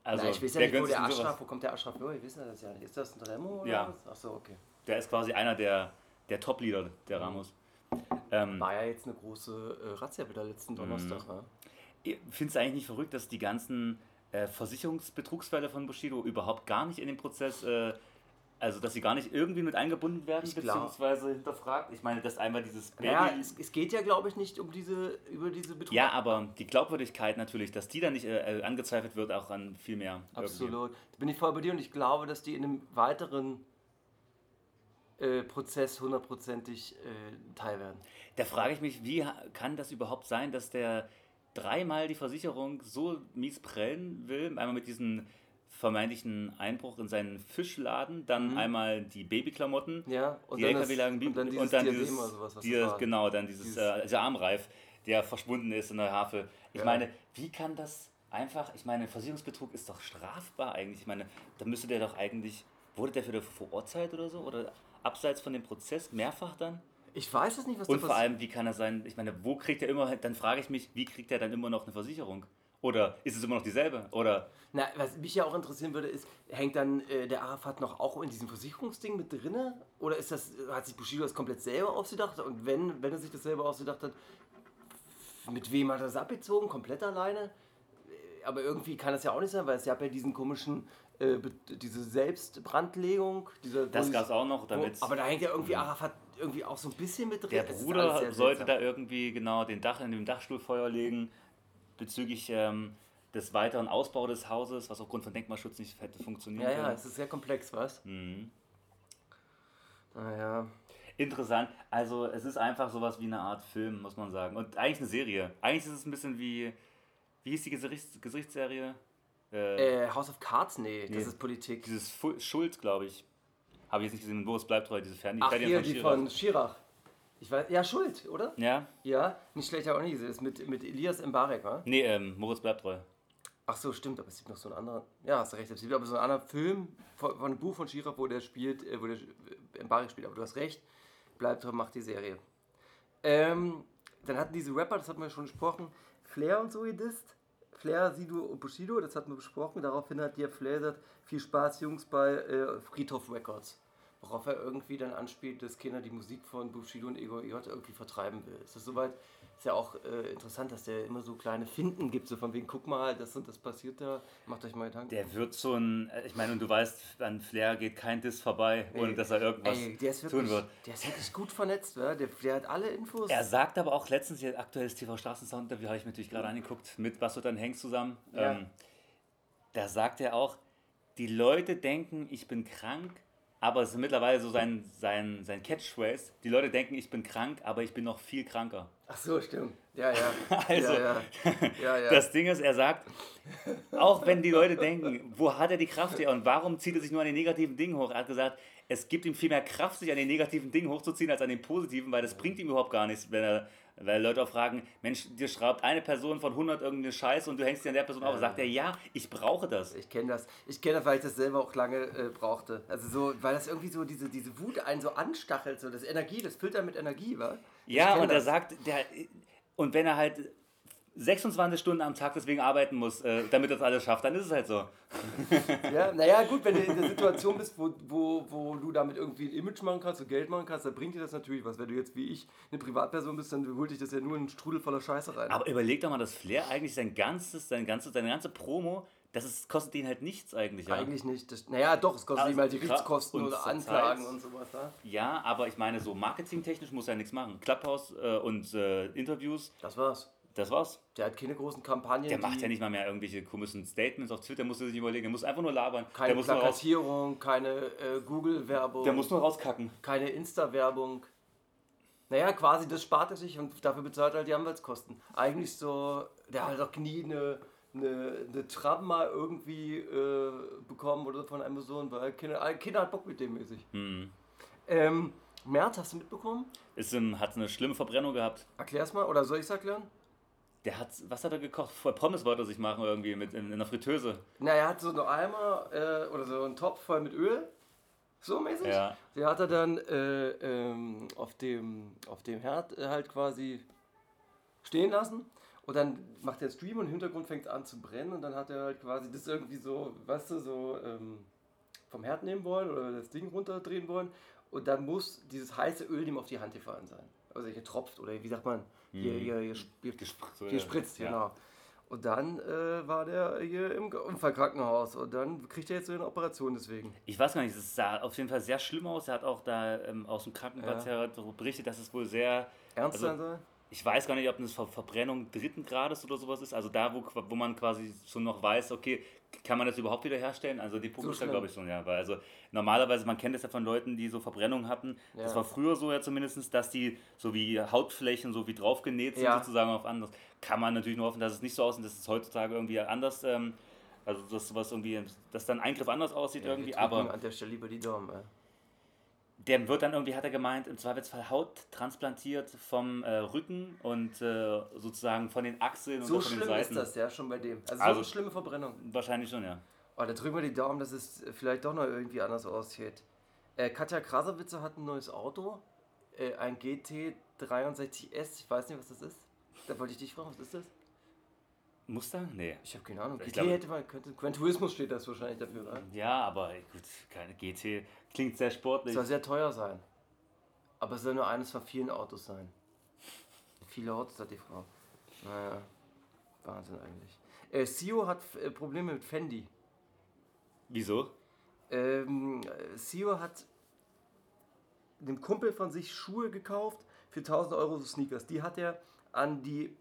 S2: Also,
S1: Na, ich weiß ja
S2: wer
S1: nicht, wo
S2: gönnt sich
S1: der
S2: sowas?
S1: Ashraf, wo kommt der Ashraf? her? Wir wissen ja das ja nicht. Ist das ein Remo oder
S2: Ja.
S1: was? Achso, okay.
S2: Der ist quasi einer der, der Top-Leader, der
S1: Mhm.
S2: Ramos. Ähm,
S1: War ja jetzt eine große äh, Razzia wieder
S2: Mhm.
S1: letzten Donnerstag. Ne?
S2: Findest du eigentlich nicht verrückt, dass die ganzen äh, Versicherungsbetrugsfälle von Bushido überhaupt gar nicht in den Prozess, äh, also dass sie gar nicht irgendwie mit eingebunden werden,
S1: Ich glaub-
S2: beziehungsweise hinterfragt? Ich meine, dass einmal dieses Baby
S1: Ja, es, es geht ja, glaube ich, nicht um diese, über diese Betrug.
S2: Ja, aber die Glaubwürdigkeit natürlich, dass die dann nicht äh, äh, angezweifelt wird, auch an viel mehr. irgendwie.
S1: Absolut. Da bin ich voll bei dir und ich glaube, dass die in einem weiteren äh, Prozess hundertprozentig äh, teil werden.
S2: Da frage ich mich, wie ha- kann das überhaupt sein, dass der dreimal die Versicherung so mies prellen will? Einmal mit diesem vermeintlichen Einbruch in seinen Fischladen, dann einmal die Babyklamotten,
S1: Ja, und
S2: die LKW-Lagen,
S1: das, und dann dieses Diadem oder sowas, was
S2: die-
S1: das war.
S2: genau, dann dieses,
S1: Dieses-
S2: äh, dieser Armreif, der verschwunden ist in der Havel. Ich
S1: Ja.
S2: meine, wie kann das einfach, ich meine, Versicherungsbetrug ist doch strafbar eigentlich. Ich meine, da müsste der doch eigentlich, wurde der für dafür verurteilt oder so? Oder abseits von dem Prozess mehrfach dann?
S1: Ich weiß es nicht, was
S2: Und
S1: da
S2: vor
S1: passiert.
S2: allem, wie kann er sein, ich meine, wo kriegt er immer, dann frage ich mich, wie kriegt er dann immer noch eine Versicherung? Oder ist es immer noch dieselbe? Oder,
S1: Na, was mich ja auch interessieren würde, ist, hängt dann äh, der Arafat noch auch in diesem Versicherungsding mit drinne? Oder ist das, hat sich Bushido das komplett selber ausgedacht? Und wenn, wenn er sich das selber ausgedacht hat, mit wem hat er das abgezogen? Komplett alleine? Äh, Aber irgendwie kann das ja auch nicht sein, weil es gab ja diesen komischen, äh, Be- diese Selbstbrandlegung. Dieser,
S2: das
S1: wo
S2: gab es
S1: sich-
S2: auch noch,
S1: wo,
S2: damit Mhm.
S1: aber da hängt ja irgendwie Arafat irgendwie auch so ein bisschen mit drin.
S2: der
S1: Es ist alles
S2: Bruder
S1: sehr
S2: sollte da
S1: seltsam.
S2: irgendwie genau den Dach in dem Dachstuhlfeuer legen, bezüglich ähm, des weiteren Ausbaus des Hauses, was aufgrund von Denkmalschutz nicht hätte funktionieren
S1: Ja, ja,
S2: können.
S1: es ist sehr komplex, was?
S2: Mhm.
S1: Naja.
S2: Interessant. Also es ist einfach sowas wie eine Art Film, muss man sagen. Und eigentlich eine Serie. Eigentlich ist es ein bisschen wie, wie hieß die Gesichts Gesichtsserie? Äh,
S1: Äh, House of Cards? Nee,
S2: Nee.
S1: das ist Politik.
S2: Dieses Fu- Schuld, glaube ich. Habe ich jetzt nicht gesehen, Boris bleibt treu, diese Fernseh
S1: Ach, hier, die
S2: Schirach.
S1: von Schirach. Ich weiß, ja, Schuld, oder?
S2: Ja?
S1: Ja, nicht schlecht, aber auch nicht gesehen. Das ist mit, mit Elias Mbarek, wa?
S2: Nee, ähm, Moritz bleibt treu.
S1: Ach so, stimmt, aber es gibt noch so einen anderen. Ja, hast du recht, es gibt aber so einen anderen Film von, von einem Buch von Schirach, wo der spielt, äh, wo der äh, empirisch spielt. Aber du hast recht, bleibt dran, macht die Serie. Ähm, dann hatten diese Rapper, das hatten wir schon besprochen, Flair und so gedisst. Flair, Sido und Bushido, das hatten wir besprochen. Daraufhin hat dir Flair gesagt, viel Spaß, Jungs, bei äh, Friedhof Records. Worauf er irgendwie dann anspielt, dass Kinder die Musik von Bushido und Ego J irgendwie vertreiben will. Ist das soweit? Ist ja auch äh, interessant, dass der immer so kleine Finden gibt, so von wegen, guck mal, das und das passiert da, macht euch mal Gedanken.
S2: Der wird so ein, äh, ich meine, und du weißt, an Flair geht kein Diss vorbei, ohne dass er irgendwas
S1: Ey, der ist wirklich,
S2: tun wird.
S1: Der ist wirklich gut vernetzt, wa? der, der hat alle Infos.
S2: Er sagt aber auch letztens, ihr aktuelles TV Straßensound-Interview habe ich mir natürlich gerade angeguckt, mit Bastian Hengst zusammen.
S1: Ja.
S2: Ähm, da sagt er auch, die Leute denken, ich bin krank, aber es ist mittlerweile so sein, sein, sein Catchphrase. Die Leute denken, ich bin krank, aber ich bin noch viel kranker.
S1: Ach so, stimmt. Ja, ja.
S2: Also,
S1: ja, ja. ja, ja.
S2: Das Ding ist, er sagt, auch wenn die Leute denken, wo hat er die Kraft her und warum zieht er sich nur an den negativen Dingen hoch? Er hat gesagt, es gibt ihm viel mehr Kraft, sich an den negativen Dingen hochzuziehen, als an den positiven, weil das bringt ihm überhaupt gar nichts, wenn er, weil Leute auch fragen, Mensch, dir schreibt eine Person von 100 irgendeine Scheiße und du hängst dich an der Person auf. Sagt er, ja, ich brauche das.
S1: Ich kenne das. Ich kenne das, weil ich das selber auch lange äh, brauchte. Also so, weil das irgendwie so diese, diese Wut einen so anstachelt, so das Energie, das füllt einen mit Energie, wa? Ich
S2: Ja,
S1: kenn
S2: und er
S1: das.
S2: sagt, der, und wenn er halt 26 Stunden am Tag deswegen arbeiten muss, äh, damit er das alles schafft, dann ist es halt so.
S1: Ja, naja, gut, wenn du in der Situation bist, wo, wo, wo du damit irgendwie ein Image machen kannst und Geld machen kannst, dann bringt dir das natürlich was. Wenn du jetzt wie ich eine Privatperson bist, dann holt dich das ja nur in einen Strudel voller Scheiße rein.
S2: Aber überleg doch mal, dass Flair eigentlich sein ganzes, sein ganzes, seine ganze Promo, das ist, kostet ihn halt nichts eigentlich. Ja,
S1: Eigentlich nicht. Das, naja, doch, es kostet
S2: Also,
S1: nicht mal die
S2: klar,
S1: Gerichtskosten
S2: und
S1: oder
S2: zur
S1: Anklagen
S2: Zeit-
S1: und sowas. Ne?
S2: ja aber ich meine, so marketingtechnisch muss er nichts machen. Clubhouse äh, und äh, Interviews,
S1: Das war's.
S2: das war's.
S1: Der hat keine großen Kampagnen.
S2: Der macht
S1: die-
S2: ja nicht mal mehr irgendwelche komischen Statements auf Twitter, muss er sich überlegen. Der muss einfach nur labern.
S1: Keine
S2: der, muss nur raus,
S1: Plakatierung, keine äh, Google-Werbung.
S2: der muss nur rauskacken.
S1: keine Insta-Werbung. Naja, quasi, das spart er sich und dafür bezahlt er halt die Anwaltskosten. Eigentlich so, der hat halt auch nie eine, eine, eine Trappen mal irgendwie äh, bekommen oder so von Amazon, weil Kinder, äh, Kinder hat Bock mit dem mäßig.
S2: Hm.
S1: Ähm, Merz, hast du mitbekommen?
S2: Ist, ähm, hat eine schlimme Verbrennung gehabt.
S1: Erklär's mal, oder soll ich's erklären?
S2: Der hat, was hat er gekocht? Voll Pommes wollte er sich machen irgendwie mit in, in einer Fritteuse.
S1: Naja, er hat so einen Eimer äh, oder so einen Topf voll mit Öl. So mäßig.
S2: Ja.
S1: Der hat er dann äh, ähm, auf, dem, auf dem Herd äh, halt quasi stehen lassen. Und dann macht er Stream und im Hintergrund fängt an zu brennen. Und dann hat er halt quasi das irgendwie so, weißt du, so ähm, vom Herd nehmen wollen oder das Ding runterdrehen wollen. Und dann muss dieses heiße Öl ihm auf die Hand gefallen sein. Also hier tropft oder wie sagt man, hier, hier, hier, hier,
S2: So,
S1: hier
S2: ja.
S1: spritzt,
S2: Ja.
S1: genau. Und dann äh, war der hier im Unfallkrankenhaus und dann kriegt er jetzt so eine Operation deswegen.
S2: Ich weiß gar nicht, es sah auf jeden Fall sehr schlimm aus. Er hat auch da ähm, aus dem Krankenplatz
S1: Ja.
S2: her so berichtet, dass es wohl sehr.
S1: Ernst
S2: Also-
S1: sein soll?
S2: Ich weiß gar nicht, ob eine Ver Verbrennung dritten Grades oder sowas ist. Also da, wo, qu- wo man quasi schon noch weiß, okay, kann man das überhaupt wieder herstellen? Also die Punkt
S1: So
S2: ist da,
S1: schlimm.
S2: glaube ich, schon, ja. Weil also normalerweise, man kennt das ja von Leuten, die so Verbrennungen hatten. Das
S1: Ja.
S2: war früher so ja zumindest, dass die so wie Hautflächen so wie draufgenäht sind,
S1: Ja.
S2: sozusagen auf anders. Kann man natürlich nur hoffen, dass es nicht so aussieht, dass es heutzutage irgendwie anders. Ähm, also dass sowas irgendwie, dass dann Eingriff anders aussieht irgendwie,
S1: Wir drücken
S2: aber.
S1: An der Stelle lieber die Daumen. Ey.
S2: Der wird dann irgendwie, hat er gemeint, im Zweifelsfall Haut transplantiert vom äh, Rücken und äh, sozusagen von den Achseln
S1: So
S2: und von den
S1: schlimm
S2: Seiten.
S1: ist das ja schon bei dem. Also, so
S2: Also-
S1: eine schlimme Verbrennung.
S2: Wahrscheinlich schon, ja.
S1: Oh, da drücken wir die Daumen, dass es vielleicht doch noch irgendwie anders aussieht. Äh, Katja Krasavitze hat ein neues Auto, äh, ein GT63S. Ich weiß nicht, was das ist. Da wollte ich dich fragen, was ist das?
S2: Mustang? Nee.
S1: Ich habe keine Ahnung.
S2: Ich
S1: GT
S2: glaube-
S1: hätte man, könnte, Gran Turismo steht das wahrscheinlich dafür, oder?
S2: Ja, aber gut, keine GT. Klingt sehr sportlich.
S1: Es soll sehr teuer sein. Aber es soll nur eines von vielen Autos sein. Viele Autos hat die Frau. Naja, Wahnsinn eigentlich. Äh, Sio hat äh, Probleme mit Fendi.
S2: Wieso?
S1: Ähm, äh, Sio hat einem Kumpel von sich Schuhe gekauft für 1000 Euro so Sneakers. Die hat er an die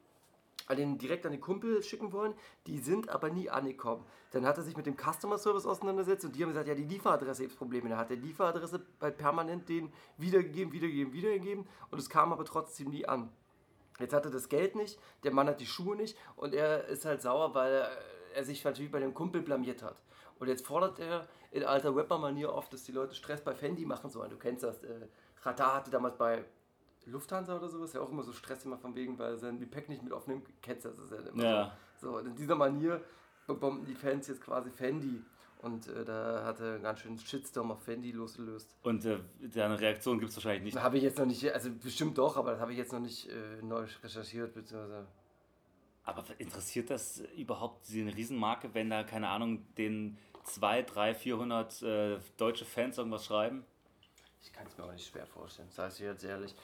S1: an den direkt an den Kumpel schicken wollen, die sind aber nie angekommen. Dann hat er sich mit dem Customer Service auseinandergesetzt und die haben gesagt, ja, die Lieferadresse gibt Probleme. Da hat der Lieferadresse halt permanent den wiedergegeben, wiedergegeben, wiedergegeben und es kam aber trotzdem nie an. Jetzt hat er das Geld nicht, der Mann hat die Schuhe nicht und er ist halt sauer, weil er sich natürlich bei dem Kumpel blamiert hat. Und jetzt fordert er in alter Rapper-Manier oft, dass die Leute Stress bei Fendi machen sollen. Du kennst das, äh, Rata hatte damals bei Lufthansa oder sowas ja auch immer so Stress immer von wegen, weil er sein Gepäck nicht mit aufnimmt. Kennst du das? das ist ja immer
S2: Ja.
S1: so. so. Und in dieser Manier bomben die Fans jetzt quasi Fendi. Und äh, da hat er einen ganz schönen Shitstorm auf Fendi losgelöst.
S2: Und äh, deine Reaktion gibt es wahrscheinlich nicht.
S1: Habe ich jetzt noch nicht, also bestimmt doch, aber das habe ich jetzt noch nicht äh, neu recherchiert, beziehungsweise.
S2: Aber interessiert das überhaupt diese Riesenmarke, wenn da, keine Ahnung, den 2, 3, 400 äh, deutsche Fans irgendwas schreiben?
S1: Ich kann es mir auch nicht schwer vorstellen, sage ich dir jetzt ehrlich.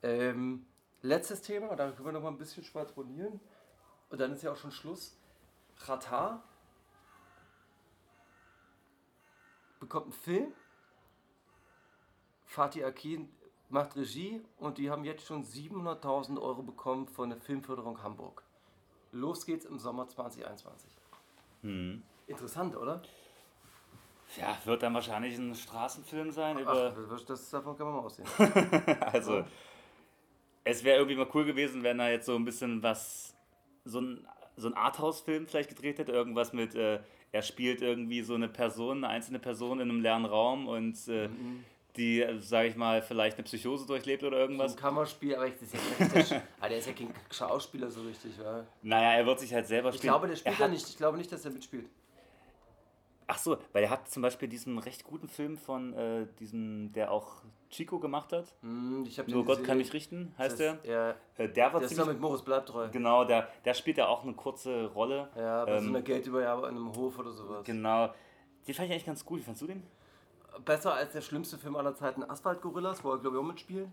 S1: Ähm, letztes Thema, da können wir noch mal ein bisschen schwadronieren. Und dann ist ja auch schon Schluss. Ratar bekommt einen Film. Fatih Akin macht Regie und die haben jetzt schon 700.000 Euro bekommen von der Filmförderung Hamburg. Los geht's im Sommer 2021.
S2: Hm.
S1: Interessant, oder?
S2: Ja, wird dann wahrscheinlich ein Straßenfilm sein.
S1: Ach,
S2: Über,
S1: das, das, davon kann man mal aussehen.
S2: also, es wäre irgendwie mal cool gewesen, wenn er jetzt so ein bisschen was, so ein, so ein Arthouse-Film vielleicht gedreht hätte. Irgendwas mit, äh, er spielt irgendwie so eine Person, eine einzelne Person in einem leeren Raum und äh,
S1: Mhm.
S2: die, sage ich mal, vielleicht eine Psychose durchlebt oder irgendwas.
S1: Ein Kammerspiel, aber ich, das ist ja, das ist ja, aber der ist ja kein Schauspieler so richtig, ja.
S2: Naja, er wird sich halt selber
S1: Ich
S2: spielen.
S1: glaube, der spielt
S2: er
S1: ja
S2: hat,
S1: nicht. Ich glaube nicht, dass er mitspielt.
S2: Ach so, weil er hat zum Beispiel diesen recht guten Film von äh, diesem, der auch Chico gemacht hat.
S1: Hm, ich hab den
S2: Nur Gott
S1: gesehen.
S2: kann mich richten, heißt
S1: das, Ja,
S2: der. Äh, der war
S1: das ist doch
S2: ziemlich
S1: mit Moritz Bleibtreu.
S2: Genau, da, da spielt er auch eine kurze Rolle.
S1: Ja, bei so
S2: Ähm,
S1: einer Geldübergabe an einem Hof oder sowas.
S2: Genau. Den fand ich eigentlich ganz gut. Wie fandst du den?
S1: Besser als der schlimmste Film aller Zeiten, Asphalt Gorillas, wo er, glaube ich, auch mitspielt.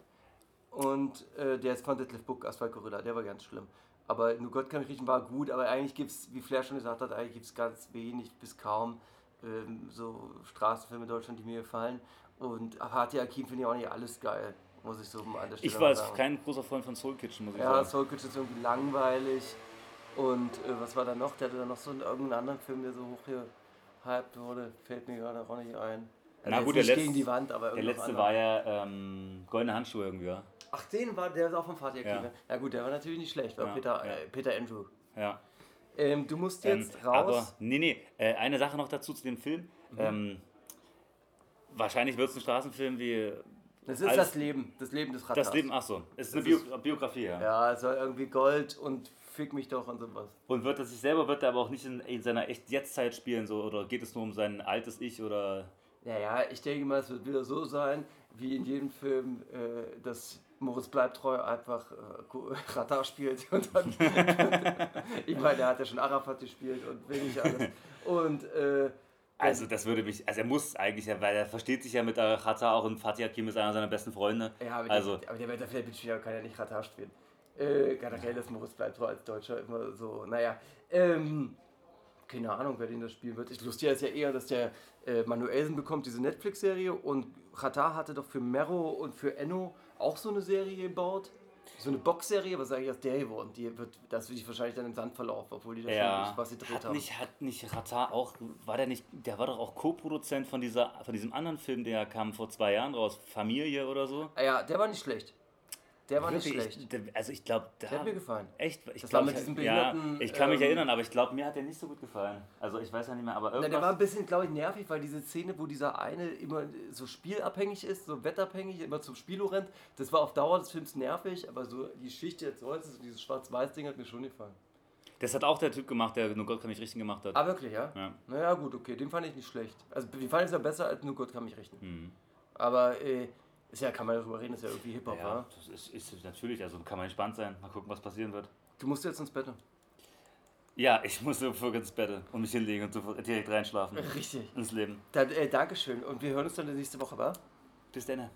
S1: Und äh, der ist von Detlef Book, Asphalt Gorilla, der war ganz schlimm. Aber Nur Gott kann mich riechen war gut, aber eigentlich gibt es, wie Flair schon gesagt hat, eigentlich gibt es ganz wenig bis kaum ähm, so Straßenfilme in Deutschland, die mir gefallen. Und Fatih Akin finde ich auch nicht alles geil, muss ich so an der Stelle
S2: Ich
S1: mal
S2: war
S1: sagen.
S2: jetzt kein großer Freund von Soul Kitchen, muss ich
S1: Ja,
S2: sagen.
S1: Soul Kitchen ist irgendwie langweilig. Und äh, was war da noch? Der hatte dann noch so einen, irgendeinen anderen Film, der so hochgehypt wurde. Fällt mir gerade auch nicht ein. Also
S2: Na
S1: jetzt
S2: gut, der
S1: nicht
S2: letzte-
S1: gegen die Wand, aber
S2: Der
S1: irgendwas
S2: letzte
S1: anderes.
S2: war ja ähm, Goldene Handschuhe irgendwie, ja.
S1: Ach, den war, der ist auch vom Fatih Akin. Ja.
S2: Ja.
S1: Na gut, der war natürlich nicht schlecht, war
S2: Ja,
S1: Peter,
S2: ja.
S1: äh, Peter Andrew.
S2: ja.
S1: Ähm, du musst
S2: Ähm,
S1: jetzt raus. Mhm.
S2: Aber, nee, nee. Äh, eine Sache noch dazu zu dem Film. Ähm, wahrscheinlich wird es ein Straßenfilm wie
S1: Das ist
S2: alles-
S1: das Leben, das Leben des Ratas.
S2: Das Leben, ach so, ist eine
S1: Ah, Das
S2: Bio Biografie, ja.
S1: Ja, es soll irgendwie Gold und fick mich doch und sowas.
S2: Und wird er sich selber, wird er aber auch nicht in, in seiner echt Jetztzeit spielen, so, oder geht es nur um sein altes Ich oder
S1: Naja, ich denke mal, es wird wieder so sein, wie in jedem Film, äh, dass Moritz bleibt treu einfach äh, Ko- Radar spielt. Und dann, ich meine, der hat ja schon Arafat gespielt und will nicht alles. Und äh,
S2: Also das würde mich, also er muss eigentlich, ja, weil er versteht sich ja mit Arachata auch und Fatih Akim ist einer seiner besten Freunde.
S1: ja, aber,
S2: also
S1: der, aber der Welterfeldbitspieler kann ja nicht Radar spielen. Äh, generell ist Moritz bleibt treu als Deutscher immer so, naja. Ähm, keine Ahnung, wer den das spielen wird. Ich lustiger ist ja eher, dass der äh, Manuelsen bekommt diese Netflix-Serie und Qatar hatte doch für Mero und für Enno auch so eine Serie gebaut. So eine Box-Serie, was eigentlich aus der geworden? Die wird, das wird sich wahrscheinlich dann im Sand verlaufen, obwohl die da schon
S2: ja,
S1: nicht was gedreht
S2: hat
S1: haben.
S2: nicht, hat nicht Rata auch, war der nicht, der war doch auch Co-Produzent von dieser, von diesem anderen Film, der kam vor zwei Jahren raus, Familie oder so.
S1: Ah ja, der war nicht schlecht. Der war nicht
S2: Wirklich,
S1: schlecht.
S2: ich- der- also ich glaube, da.
S1: Der hat mir gefallen.
S2: Echt? Ich
S1: Das
S2: glaub,
S1: war mit
S2: ich-
S1: diesem
S2: ja,
S1: behinderten,
S2: Ich kann mich
S1: ähm,
S2: erinnern, aber ich glaube, mir hat der nicht so gut gefallen. Also ich weiß ja nicht mehr, aber
S1: Na,
S2: irgendwas.
S1: der war ein bisschen, glaube ich, nervig, weil diese Szene, wo dieser eine immer äh, so spielabhängig ist, so wettabhängig, immer zum Spielo rennt, das war auf Dauer des Films nervig, aber so die Geschichte jetzt heute, so also dieses Schwarz-Weiß-Ding hat mir schon gefallen.
S2: das hat auch der Typ gemacht, der nur Gott kann mich richtig gemacht hat.
S1: Ah, wirklich, ja?
S2: Ja.
S1: Naja, gut, okay, den fand ich nicht schlecht. Also, den fand ich ja besser als Nur Gott kann mich richten.
S2: Hm.
S1: Aber, äh, ist ja, kann man darüber reden, ist ja irgendwie Hip-Hop,
S2: ja,
S1: wa?
S2: das ist, ist natürlich, also kann man entspannt sein. Mal gucken, was passieren wird.
S1: Du musst jetzt ins Bett. ne?
S2: Ja, ich muss sofort ins Bett und mich hinlegen und sofort direkt reinschlafen.
S1: Richtig.
S2: Ins Leben.
S1: Dann, äh, Dankeschön und wir hören uns dann nächste Woche, wa?
S2: Bis dann.